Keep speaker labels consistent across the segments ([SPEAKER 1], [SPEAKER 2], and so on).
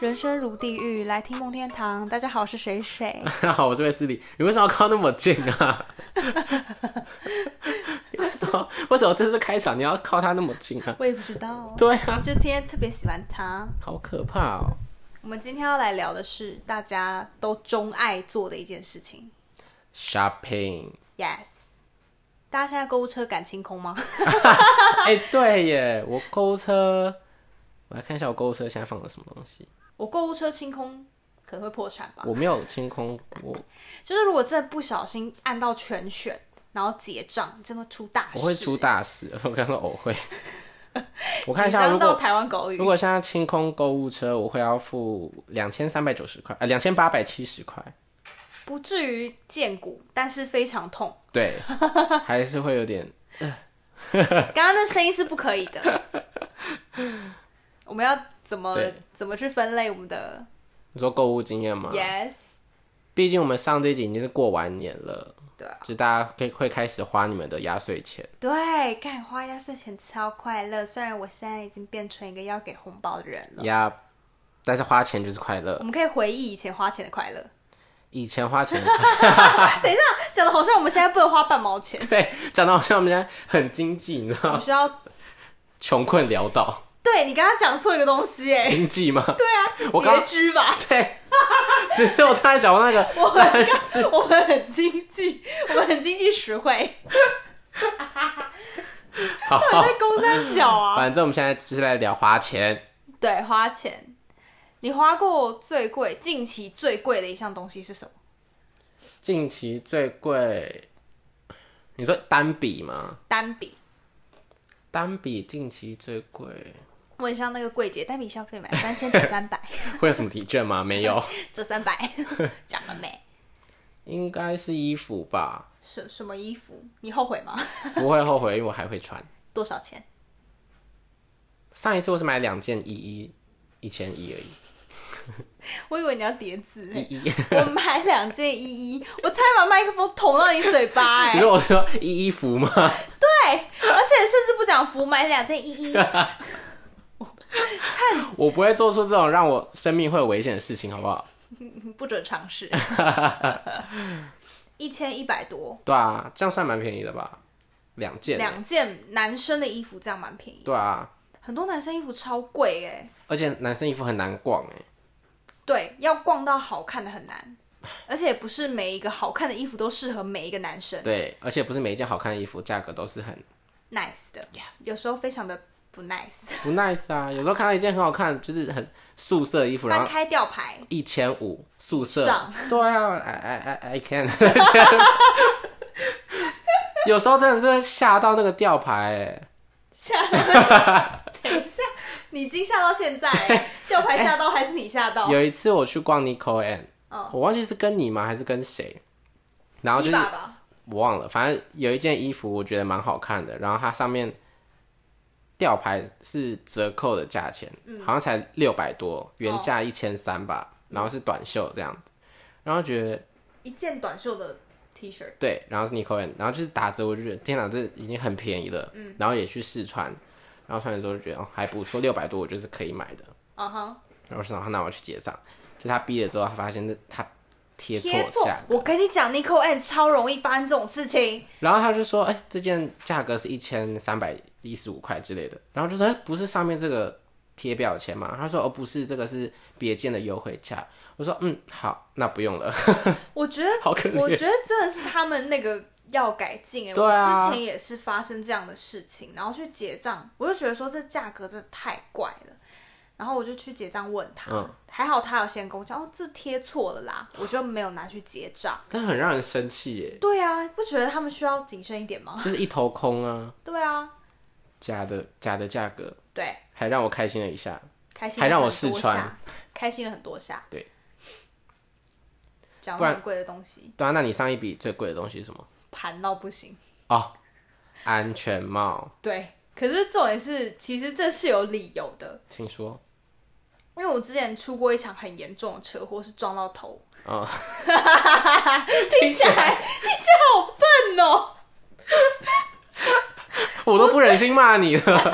[SPEAKER 1] 人生如地狱，来听梦天堂。大家好，我是水 水。
[SPEAKER 2] 大家 好，我是卫斯理。你为什么要靠那么近啊？你为什么？为什么这次开场你要靠他那么近啊？
[SPEAKER 1] 我也不知道，
[SPEAKER 2] 对啊，
[SPEAKER 1] 就今天特别喜欢他。
[SPEAKER 2] 好可怕哦！
[SPEAKER 1] 我们今天要来聊的是大家都钟爱做的一件事情
[SPEAKER 2] shopping。
[SPEAKER 1] ，yes。大家现在购物车敢清空吗？
[SPEAKER 2] 哎、对耶，我购物车，我来看一下我购物车现在放了什么东西。
[SPEAKER 1] 我购物车清空可能会破产吧。
[SPEAKER 2] 我没有清空，我
[SPEAKER 1] 就是如果真的不小心按到全选，然后结账，真的出大
[SPEAKER 2] 我
[SPEAKER 1] 事。
[SPEAKER 2] 会出大事。我刚说我会，我
[SPEAKER 1] 我
[SPEAKER 2] 看一下，如
[SPEAKER 1] 到
[SPEAKER 2] 果
[SPEAKER 1] 台湾狗
[SPEAKER 2] 如
[SPEAKER 1] 语，
[SPEAKER 2] 果现在清空购物车，我会要付两千三百九十块，呃，两千八百七十块。
[SPEAKER 1] 不至于见骨，但是非常痛。
[SPEAKER 2] 对，还是会有点
[SPEAKER 1] 刚刚那声音是不可以的。我们要怎么
[SPEAKER 2] 对
[SPEAKER 1] 怎么去分类我们的
[SPEAKER 2] 你说购物经验吗？
[SPEAKER 1] yes？
[SPEAKER 2] 毕竟我们上这集已经是过完年了，
[SPEAKER 1] 对啊
[SPEAKER 2] 就大家可以会开始花你们的压岁钱。
[SPEAKER 1] 对，干花压岁钱超快乐。虽然我现在已经变成一个要给红包的人了，
[SPEAKER 2] 呀，但是花钱就是快乐
[SPEAKER 1] 我。们可以回忆以前花钱的快乐。
[SPEAKER 2] 以前花钱，
[SPEAKER 1] 讲的好像我们现在不能花半毛钱，
[SPEAKER 2] 对， 讲到好像我们现在很经济，你知
[SPEAKER 1] 我
[SPEAKER 2] 道，
[SPEAKER 1] 需要。
[SPEAKER 2] 穷困 潦倒，
[SPEAKER 1] 对你刚刚讲错一个东西 哎，
[SPEAKER 2] 经济吗？
[SPEAKER 1] 对啊，是
[SPEAKER 2] 我刚
[SPEAKER 1] 拮据吧？
[SPEAKER 2] 对， 只是我突然想到那个，
[SPEAKER 1] 我们刚我们很经济，我们很经济实惠，
[SPEAKER 2] 好，
[SPEAKER 1] 在公山小啊。
[SPEAKER 2] 反正我们现在就是来聊花钱。
[SPEAKER 1] 对，花钱，你花过最贵、近期最贵的一项东西是什么？
[SPEAKER 2] 近期最贵，你说单笔吗？
[SPEAKER 1] 单笔。
[SPEAKER 2] 单笔近期最贵，
[SPEAKER 1] 问上那个柜姐，单笔消费满三千折三百，
[SPEAKER 2] 会有什么体券吗？没有，
[SPEAKER 1] 折三百，讲了没？
[SPEAKER 2] 应该是衣服吧。
[SPEAKER 1] 什什么衣服？你后悔吗？
[SPEAKER 2] 不会后悔，因为我还会穿。
[SPEAKER 1] 多少钱？
[SPEAKER 2] 上一次我是买两件一一一千一而已，
[SPEAKER 1] 我以为你要叠字。欸
[SPEAKER 2] 一 一。
[SPEAKER 1] 我买两件一一，我差点把麦克风捅到你嘴巴哎、
[SPEAKER 2] 你说我说一一服吗？
[SPEAKER 1] 对，而且甚至不讲服，买两件一一，
[SPEAKER 2] 我不会做出这种让我生命会有危险的事情，好不好？
[SPEAKER 1] 不准尝试。一千一百多，
[SPEAKER 2] 对啊，这样算蛮便宜的吧？两件，
[SPEAKER 1] 两件男生的衣服这样蛮便宜，
[SPEAKER 2] 对啊，
[SPEAKER 1] 很多男生衣服超贵哎、
[SPEAKER 2] 而且男生衣服很难逛哎、
[SPEAKER 1] 对，要逛到好看的很难，而且不是每一个好看的衣服都适合每一个男生
[SPEAKER 2] 对，而且不是每一件好看的衣服价格都是很
[SPEAKER 1] ，nice 的有时候非常的不 nice，
[SPEAKER 2] 不 nice 啊。有时候看到一件很好看，就是很素色的衣服，然
[SPEAKER 1] 翻
[SPEAKER 2] 后
[SPEAKER 1] 开吊牌，
[SPEAKER 2] 一千五素色
[SPEAKER 1] 以上，
[SPEAKER 2] 对啊，I I I I can，有时候真的是会吓到那个吊牌哎、
[SPEAKER 1] 吓到等一下，你惊吓到现在， 吊牌吓到还是你吓到？
[SPEAKER 2] 有一次我去逛 Nico and，、
[SPEAKER 1] 嗯
[SPEAKER 2] 我忘记是跟你吗还是跟谁，然后就
[SPEAKER 1] 一
[SPEAKER 2] 是
[SPEAKER 1] 把吧，
[SPEAKER 2] 我忘了，反正有一件衣服我觉得蛮好看的，然后它上面吊牌是折扣的价钱，
[SPEAKER 1] 嗯
[SPEAKER 2] 好像才六百多，原
[SPEAKER 1] 哦
[SPEAKER 2] 价一千三吧，然
[SPEAKER 1] 嗯
[SPEAKER 2] 后是短袖这样子，然后觉得
[SPEAKER 1] 一件短袖的 T 恤，
[SPEAKER 2] 对，然后是 Nico and，然后就是打折，我就觉得天哪，这已经很便宜了，
[SPEAKER 1] 嗯
[SPEAKER 2] 然后也去试穿，然后穿的时候就觉得哦还不错，六百多我觉得是可以买的，
[SPEAKER 1] 嗯哼，
[SPEAKER 2] 然后我想说那我去结账，就他逼了之后，他发现那他贴错
[SPEAKER 1] 贴错
[SPEAKER 2] 价。。
[SPEAKER 1] 我跟你讲，Nico N 超容易发生这种事 情，
[SPEAKER 2] 然后他就说，哎、这件价格是一千三百一十五块之类的。然后就说，哎、不是上面这个贴标签吗？他说，哦，不是，这个是别件的优惠价。我说，嗯，好，那不用了，
[SPEAKER 1] 我觉得
[SPEAKER 2] 好可
[SPEAKER 1] 我
[SPEAKER 2] 怜。
[SPEAKER 1] 觉得真的是他们那个要改进哎、
[SPEAKER 2] 对啊
[SPEAKER 1] 我之前也是发生这样的事情，然后去结账，我就觉得说这价格真的太怪了，然后我就去结账问他，
[SPEAKER 2] 嗯
[SPEAKER 1] 还好他有先跟我讲，哦，这贴错了啦，我就没有拿去结账。
[SPEAKER 2] 但很让人生气耶，
[SPEAKER 1] 对啊，不觉得他们需要谨慎一点吗？
[SPEAKER 2] 就是一头空啊，
[SPEAKER 1] 对啊，
[SPEAKER 2] 假的假的价格，
[SPEAKER 1] 对，
[SPEAKER 2] 还让我开心了一下。
[SPEAKER 1] 开心
[SPEAKER 2] 还让
[SPEAKER 1] 了
[SPEAKER 2] 我
[SPEAKER 1] 很多
[SPEAKER 2] 试穿
[SPEAKER 1] 下，开心了很多下。
[SPEAKER 2] 对，
[SPEAKER 1] 讲
[SPEAKER 2] 不
[SPEAKER 1] 到
[SPEAKER 2] 然
[SPEAKER 1] 很贵的东西，
[SPEAKER 2] 对啊，那你上一笔最贵的东西是什么？
[SPEAKER 1] 盘到不行。
[SPEAKER 2] 哦，安全帽，
[SPEAKER 1] 对，可是重点是，其实这是有理由的。
[SPEAKER 2] 请说。
[SPEAKER 1] 因为我之前出过一场很严重的车祸，是撞到头。
[SPEAKER 2] 哦
[SPEAKER 1] 听起 来听起来好笨哦！
[SPEAKER 2] 我都不忍心骂你了。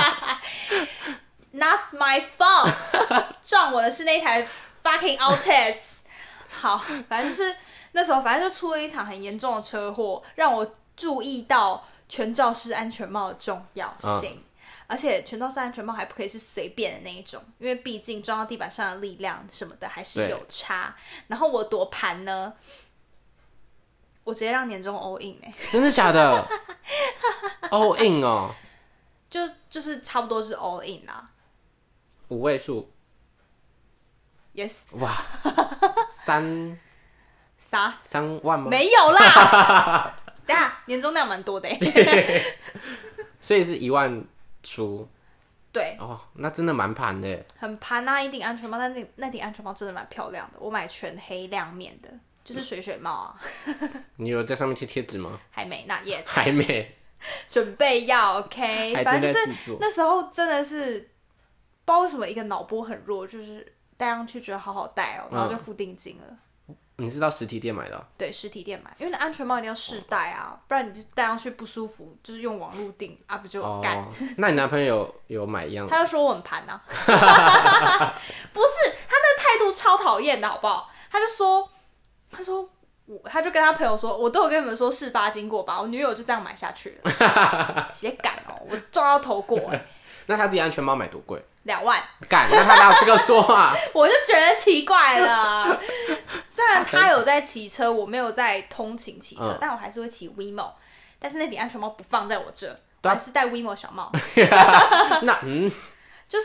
[SPEAKER 1] Not my fault，撞我的是那台 fucking Altis。好，反正就是那时候，反正就出了一场很严重的车祸，让我注意到全罩式安全帽的重要性。而且全罩式安全帽还不可以是随便的那一种，因为毕竟撞到地板上的力量什么的还是
[SPEAKER 2] 对
[SPEAKER 1] 有差。然后我多盘呢，我直接让年终 all in 哎、
[SPEAKER 2] 真的假的 ？all in 哦，
[SPEAKER 1] 就就是差不多是 all in 啦。
[SPEAKER 2] 五位数
[SPEAKER 1] Yes，
[SPEAKER 2] 三
[SPEAKER 1] 啥？
[SPEAKER 2] 三万吗？
[SPEAKER 1] 没有啦。 等一下年终量蛮多的、欸，
[SPEAKER 2] 所以是一万出
[SPEAKER 1] 对，
[SPEAKER 2] 哦，那真的蛮盘的耶。
[SPEAKER 1] 很盘那一顶安全帽，但那那顶安全帽真的蛮漂亮的，我买全黑亮面的，就是
[SPEAKER 2] 嗯
[SPEAKER 1] 水水帽啊，
[SPEAKER 2] 你有在上面贴贴纸吗？
[SPEAKER 1] 还没那也
[SPEAKER 2] 还没，
[SPEAKER 1] 准备要 OK，
[SPEAKER 2] 还
[SPEAKER 1] 反正
[SPEAKER 2] 正在
[SPEAKER 1] 就是
[SPEAKER 2] 制作。
[SPEAKER 1] 那时候真的是不知道为什么一个脑波很弱，就是戴上去觉得好好戴哦，然
[SPEAKER 2] 嗯
[SPEAKER 1] 后就付定金了。
[SPEAKER 2] 你是到实体店买的哦、
[SPEAKER 1] 对，实体店买，因为那安全帽一定要试戴啊，不然你就戴上去不舒服，就是用网络订啊，不就干？
[SPEAKER 2] 哦，那你男朋友有有买一样的？
[SPEAKER 1] 他就说我很盘呐、 啊，不是他那态度超讨厌的好不好？他就说，他说我，他就跟他朋友说，我都有跟你们说事发经过吧，我女友就这样买下去了，斜杆哦，我撞到头过、欸，
[SPEAKER 2] 那他自己安全帽买多贵？
[SPEAKER 1] 两万，
[SPEAKER 2] 干，那他哪有这个说 啊？
[SPEAKER 1] 我就觉得奇怪了。虽然他有在骑车，我没有在通勤骑车，
[SPEAKER 2] 嗯
[SPEAKER 1] 但我还是会骑 WeMo，但是那顶安全帽不放在我这，我
[SPEAKER 2] 对啊
[SPEAKER 1] 还是戴 WeMo 小帽。
[SPEAKER 2] 那嗯，
[SPEAKER 1] 就是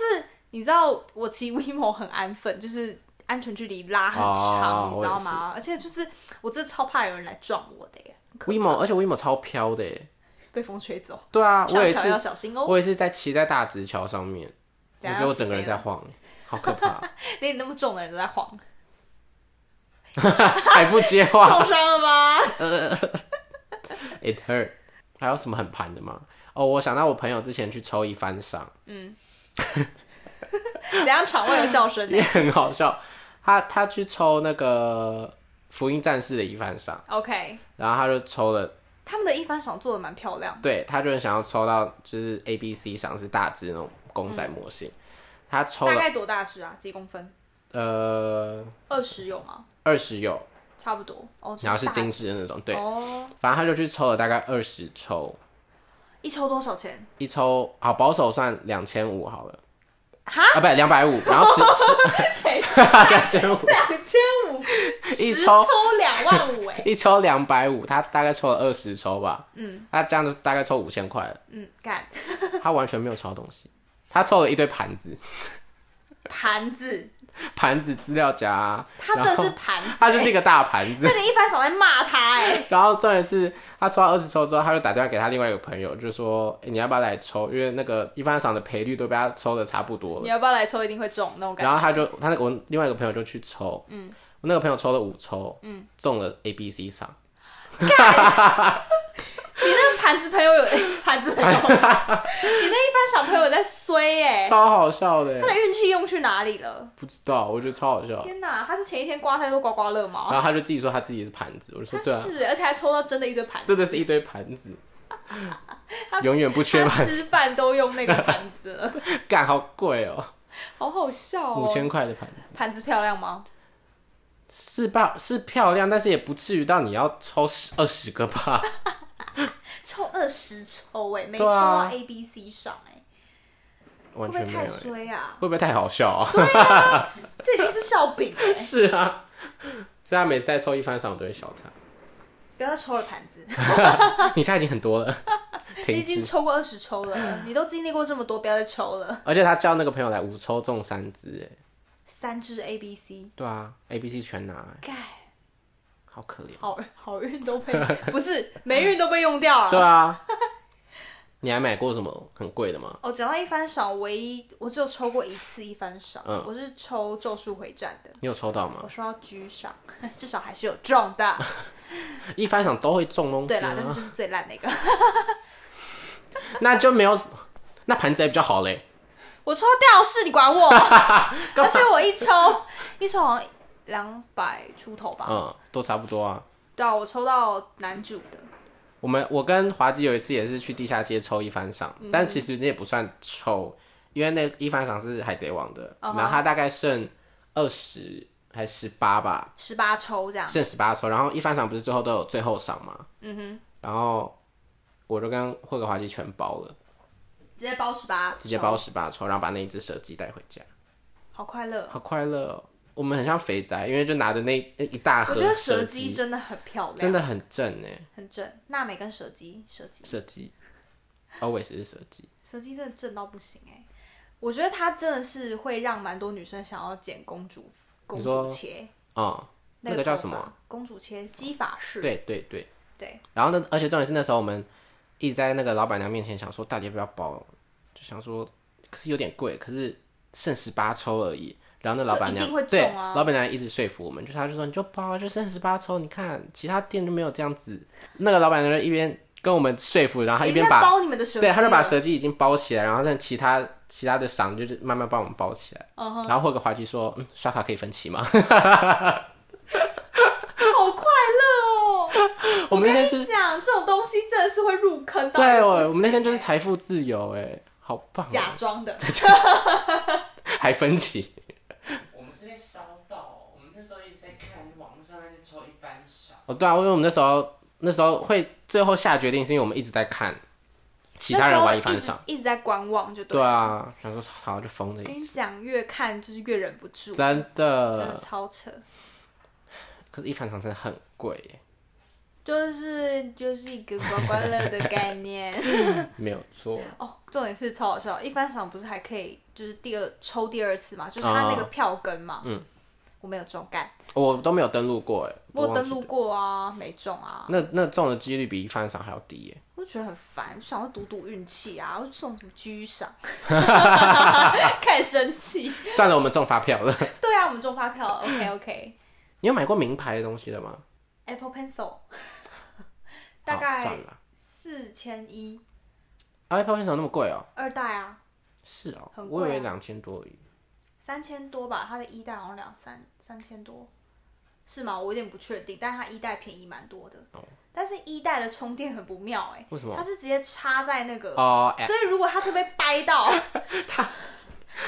[SPEAKER 1] 你知道我骑 WeMo 很安分，就是安全距离拉很长，
[SPEAKER 2] 哦
[SPEAKER 1] 你知道吗？而且就是我真的超怕有人来撞我的耶，
[SPEAKER 2] 威猛，而且威猛超飘的耶。
[SPEAKER 1] 被风吹走，
[SPEAKER 2] 对啊，我
[SPEAKER 1] 上
[SPEAKER 2] 有一
[SPEAKER 1] 桥
[SPEAKER 2] 次
[SPEAKER 1] 要，小心哦。
[SPEAKER 2] 我也是在骑在大直桥上面，我
[SPEAKER 1] 等下
[SPEAKER 2] 觉得我整个人在
[SPEAKER 1] 要
[SPEAKER 2] 晃，欸好可怕，啊
[SPEAKER 1] 连你那么重的人都在晃，
[SPEAKER 2] 还不接话。
[SPEAKER 1] 受伤了吧？
[SPEAKER 2] It hurt。还有什么很盘的吗？哦，我想到我朋友之前去抽一番赏，
[SPEAKER 1] 怎样肠胃有笑声呢
[SPEAKER 2] 也很好笑。他他去抽那个福音战士的一番赏，
[SPEAKER 1] ？OK，
[SPEAKER 2] 然后他就抽了，
[SPEAKER 1] 他们的一番赏做的蛮漂亮，
[SPEAKER 2] 对他就很想要抽到就是 A B C 赏是大只那种公仔模型，他抽
[SPEAKER 1] 大
[SPEAKER 2] 了
[SPEAKER 1] 概多大只啊？几公分？
[SPEAKER 2] 呃
[SPEAKER 1] 二十有吗？
[SPEAKER 2] 二十有，
[SPEAKER 1] 差不多哦。
[SPEAKER 2] 然后是
[SPEAKER 1] 大
[SPEAKER 2] 精
[SPEAKER 1] 只
[SPEAKER 2] 致的那种，对，
[SPEAKER 1] 哦，
[SPEAKER 2] 反正他就去抽了大概二十抽，
[SPEAKER 1] 一抽多少钱？
[SPEAKER 2] 一抽好保守算两千五好了，
[SPEAKER 1] 哈，
[SPEAKER 2] 啊不两 百五，然后十
[SPEAKER 1] 等一
[SPEAKER 2] 十 两千五，
[SPEAKER 1] 两千五，
[SPEAKER 2] 一
[SPEAKER 1] 十
[SPEAKER 2] 抽
[SPEAKER 1] 抽两万 五，哎，
[SPEAKER 2] 一抽两百五，他大概抽了二十抽吧，嗯，他这样就大概抽五千块了，
[SPEAKER 1] 嗯，干
[SPEAKER 2] 他完全没有抽到东西，他抽了一堆盘子，
[SPEAKER 1] 盘子，
[SPEAKER 2] 盘子资料夹啊、
[SPEAKER 1] 他
[SPEAKER 2] 然
[SPEAKER 1] 这
[SPEAKER 2] 后
[SPEAKER 1] 是盘子，
[SPEAKER 2] 他就是
[SPEAKER 1] 欸
[SPEAKER 2] 一个大盘子
[SPEAKER 1] 那，个一番赏在骂他，哎，
[SPEAKER 2] 然后重点是他抽到二十抽之后，他就打电话给他另外一个朋友，就说、欸你要不要来抽，因为那个一般赏的赔率都被他抽的差不多了
[SPEAKER 1] 你，要不要来抽？一定会中那种感
[SPEAKER 2] 然
[SPEAKER 1] 觉。
[SPEAKER 2] 后他就他那个我另外一个朋友就去抽，嗯，我那个朋友抽了五抽，嗯，中了 A B C 场，
[SPEAKER 1] 你那个盘子朋友有盘子朋 友，你那一番赏朋友有在衰，哎，
[SPEAKER 2] 超好笑的
[SPEAKER 1] 他，的运气用去哪里了？
[SPEAKER 2] 不知道，我觉得超好笑。
[SPEAKER 1] 天哪，他是前一天刮太多刮刮乐吗？
[SPEAKER 2] 然后他就自己说他自己是盘子，我就说
[SPEAKER 1] 他
[SPEAKER 2] 啊对啊，
[SPEAKER 1] 是，而且还抽到真的一堆盘子。
[SPEAKER 2] 真的是一堆盘子，永远不缺
[SPEAKER 1] 他
[SPEAKER 2] 盘，
[SPEAKER 1] 吃饭都用那个盘子了，
[SPEAKER 2] 干好贵哦，
[SPEAKER 1] 好好笑
[SPEAKER 2] 五
[SPEAKER 1] 哦。
[SPEAKER 2] 千块的盘子
[SPEAKER 1] 盘子漂亮吗？
[SPEAKER 2] 是吧？是漂亮，但是也不至于到你要抽十二十个吧？
[SPEAKER 1] 抽二十抽哎、没抽
[SPEAKER 2] 对啊
[SPEAKER 1] 到 A B C 上哎、 会
[SPEAKER 2] 完
[SPEAKER 1] 不会
[SPEAKER 2] 全没有
[SPEAKER 1] 太
[SPEAKER 2] 欸，
[SPEAKER 1] 衰啊？
[SPEAKER 2] 会不会太好笑啊？
[SPEAKER 1] 这已经是笑柄哎、
[SPEAKER 2] 是啊，所以他每次在抽一番赏，我都会笑他。
[SPEAKER 1] 不要再抽了盘子，
[SPEAKER 2] 你现在已经很多了，
[SPEAKER 1] 你
[SPEAKER 2] 停
[SPEAKER 1] 已经
[SPEAKER 2] 止。
[SPEAKER 1] 抽过二十抽 了，你都经历过这么多，不要再抽了。
[SPEAKER 2] 而且他叫那个朋友来五抽中三只，哎，
[SPEAKER 1] 三只 A B C，
[SPEAKER 2] 对啊，A、B、C 全拿，哎
[SPEAKER 1] 盖
[SPEAKER 2] 好可怜。
[SPEAKER 1] 好好运都 被不是霉运都被用掉了。
[SPEAKER 2] 对啊，你还买过什么很贵的吗？
[SPEAKER 1] 哦，讲到一番赏，唯一我只有抽过一次一番赏，
[SPEAKER 2] 嗯
[SPEAKER 1] 我是抽《咒术回战》的，
[SPEAKER 2] 你有抽到吗
[SPEAKER 1] 我？抽到 G 赏， 至少还是有中的。
[SPEAKER 2] 一番赏都会中东西
[SPEAKER 1] 对啦，但
[SPEAKER 2] 啊，
[SPEAKER 1] 是就是最烂那个。
[SPEAKER 2] 那就没有，那盘子也比较好嘞。
[SPEAKER 1] 我抽吊饰，你管我？
[SPEAKER 2] 干
[SPEAKER 1] 而
[SPEAKER 2] 嘛
[SPEAKER 1] 且我一抽，一抽好像两百出头吧。
[SPEAKER 2] 嗯，都差不多啊。
[SPEAKER 1] 对啊，我抽到男主的，
[SPEAKER 2] 我们我跟华基有一次也是去地下街抽一番赏，
[SPEAKER 1] 嗯哦
[SPEAKER 2] 但其实那也不算抽，因为那一番赏是海贼王的，然后他大概剩二十还十八吧，
[SPEAKER 1] 十八抽这样，
[SPEAKER 2] 剩十八抽。然后一番赏不是最后都有最后赏嘛，嗯哼。然后我就跟霍格华基全包了，
[SPEAKER 1] 直接包十八，
[SPEAKER 2] 直接包，十八抽，然后把那一只蛇姬带回家，
[SPEAKER 1] 好快乐。
[SPEAKER 2] 好快乐、哦。我们很像肥宅，因为就拿着那一一大盒
[SPEAKER 1] 我觉得
[SPEAKER 2] 蛇
[SPEAKER 1] 蛇姬真的很漂亮，
[SPEAKER 2] 真的很正哎，
[SPEAKER 1] 很正。娜美跟蛇姬，蛇姬，
[SPEAKER 2] 蛇姬，always 是蛇姬。
[SPEAKER 1] 蛇姬真的正到不行哎、我觉得她真的是会让蛮多女生想要剪公主公
[SPEAKER 2] 你
[SPEAKER 1] 主
[SPEAKER 2] 说
[SPEAKER 1] 切，
[SPEAKER 2] 哦，那个叫
[SPEAKER 1] 头
[SPEAKER 2] 什么？
[SPEAKER 1] 发？公主切姬发式。
[SPEAKER 2] 对对对。
[SPEAKER 1] 对
[SPEAKER 2] 然后呢，而且重点是那时候我们一直在那个老板娘面前想说，到底要不要包？就想说，可是有点贵，可是剩十八抽而已。然后那老板
[SPEAKER 1] 就一
[SPEAKER 2] 娘、
[SPEAKER 1] 定会
[SPEAKER 2] 对
[SPEAKER 1] 中啊
[SPEAKER 2] 老板娘一直说服我们，就是她就说你就包啊，就剩十八抽，你看其他店就没有这样子。那个老板娘就一边跟我们说服，然后她一
[SPEAKER 1] 已
[SPEAKER 2] 边
[SPEAKER 1] 经在
[SPEAKER 2] 把
[SPEAKER 1] 包你们的蛇姬啊
[SPEAKER 2] 对，
[SPEAKER 1] 了，
[SPEAKER 2] 他就把蛇姬已经包起来，然后让其他其他的赏就是慢慢帮我们包起来。
[SPEAKER 1] 嗯
[SPEAKER 2] 然后霍格华基说、嗯：“刷卡可以分期吗
[SPEAKER 1] 好快乐哦！？”
[SPEAKER 2] 我们那
[SPEAKER 1] 跟
[SPEAKER 2] 天
[SPEAKER 1] 你
[SPEAKER 2] 是，
[SPEAKER 1] 讲， 这种东西真的是会入坑到一
[SPEAKER 2] 对，
[SPEAKER 1] 个不行。
[SPEAKER 2] 我我们那天就是财富自由，哎，好棒哦、
[SPEAKER 1] 假装的，
[SPEAKER 2] 还分期。
[SPEAKER 3] 我们是被烧到，我们那时候一直在看网络上那些抽一般少，
[SPEAKER 2] 哦，对啊，因为我们那时候那时候会最后下决定，是因为我们一直在看其
[SPEAKER 1] 那
[SPEAKER 2] 他
[SPEAKER 1] 时
[SPEAKER 2] 人
[SPEAKER 1] 候
[SPEAKER 2] 玩
[SPEAKER 1] 一
[SPEAKER 2] 一番
[SPEAKER 1] 直
[SPEAKER 2] 赏。
[SPEAKER 1] 一直在观望，就
[SPEAKER 2] 对
[SPEAKER 1] 了。
[SPEAKER 2] 啊，想说好就疯了
[SPEAKER 1] 我
[SPEAKER 2] 一
[SPEAKER 1] 跟你
[SPEAKER 2] 次，
[SPEAKER 1] 讲，越看就是越忍不住，真
[SPEAKER 2] 真
[SPEAKER 1] 的
[SPEAKER 2] 的。
[SPEAKER 1] 超扯。
[SPEAKER 2] 可是，一番赏真的很贵 耶，
[SPEAKER 1] 就是就是一个刮刮乐的概念
[SPEAKER 2] 没有错。
[SPEAKER 1] 哦，重点是超好笑。一番赏不是还可以就是第二抽第二次嘛，就是他那个票根嘛，嗯，我没有中干，
[SPEAKER 2] 我都没有登录过，哎，
[SPEAKER 1] 我有
[SPEAKER 2] 忘记
[SPEAKER 1] 登录过啊，没中啊，
[SPEAKER 2] 那那中的几率比一番赏还要低哎耶。
[SPEAKER 1] 我就觉得很烦，就想要赌赌运气啊，我就中什么居 赏，看生气。
[SPEAKER 2] 算了，我们中发票了。
[SPEAKER 1] 对啊，我们中发票了，OK OK。
[SPEAKER 2] 你有买过名牌的东西了吗？
[SPEAKER 1] Apple Pencil 大
[SPEAKER 2] 好哦算
[SPEAKER 1] 概
[SPEAKER 2] 了。
[SPEAKER 1] 四千一，
[SPEAKER 2] 啊 Apple Pencil 那么贵哦、
[SPEAKER 1] 二代啊，
[SPEAKER 2] 是哦、
[SPEAKER 1] 很贵
[SPEAKER 2] 我
[SPEAKER 1] 啊
[SPEAKER 2] 以为两千多而已。
[SPEAKER 1] 三千多吧，它的一代好像两三三千多，是吗？我有点不确定，但它一代便宜蛮多的。但是一代的充电很不妙哎、
[SPEAKER 2] 哦为什么
[SPEAKER 1] 它是直接插在那个，
[SPEAKER 2] 哦、哎
[SPEAKER 1] 所以如果它这边掰到，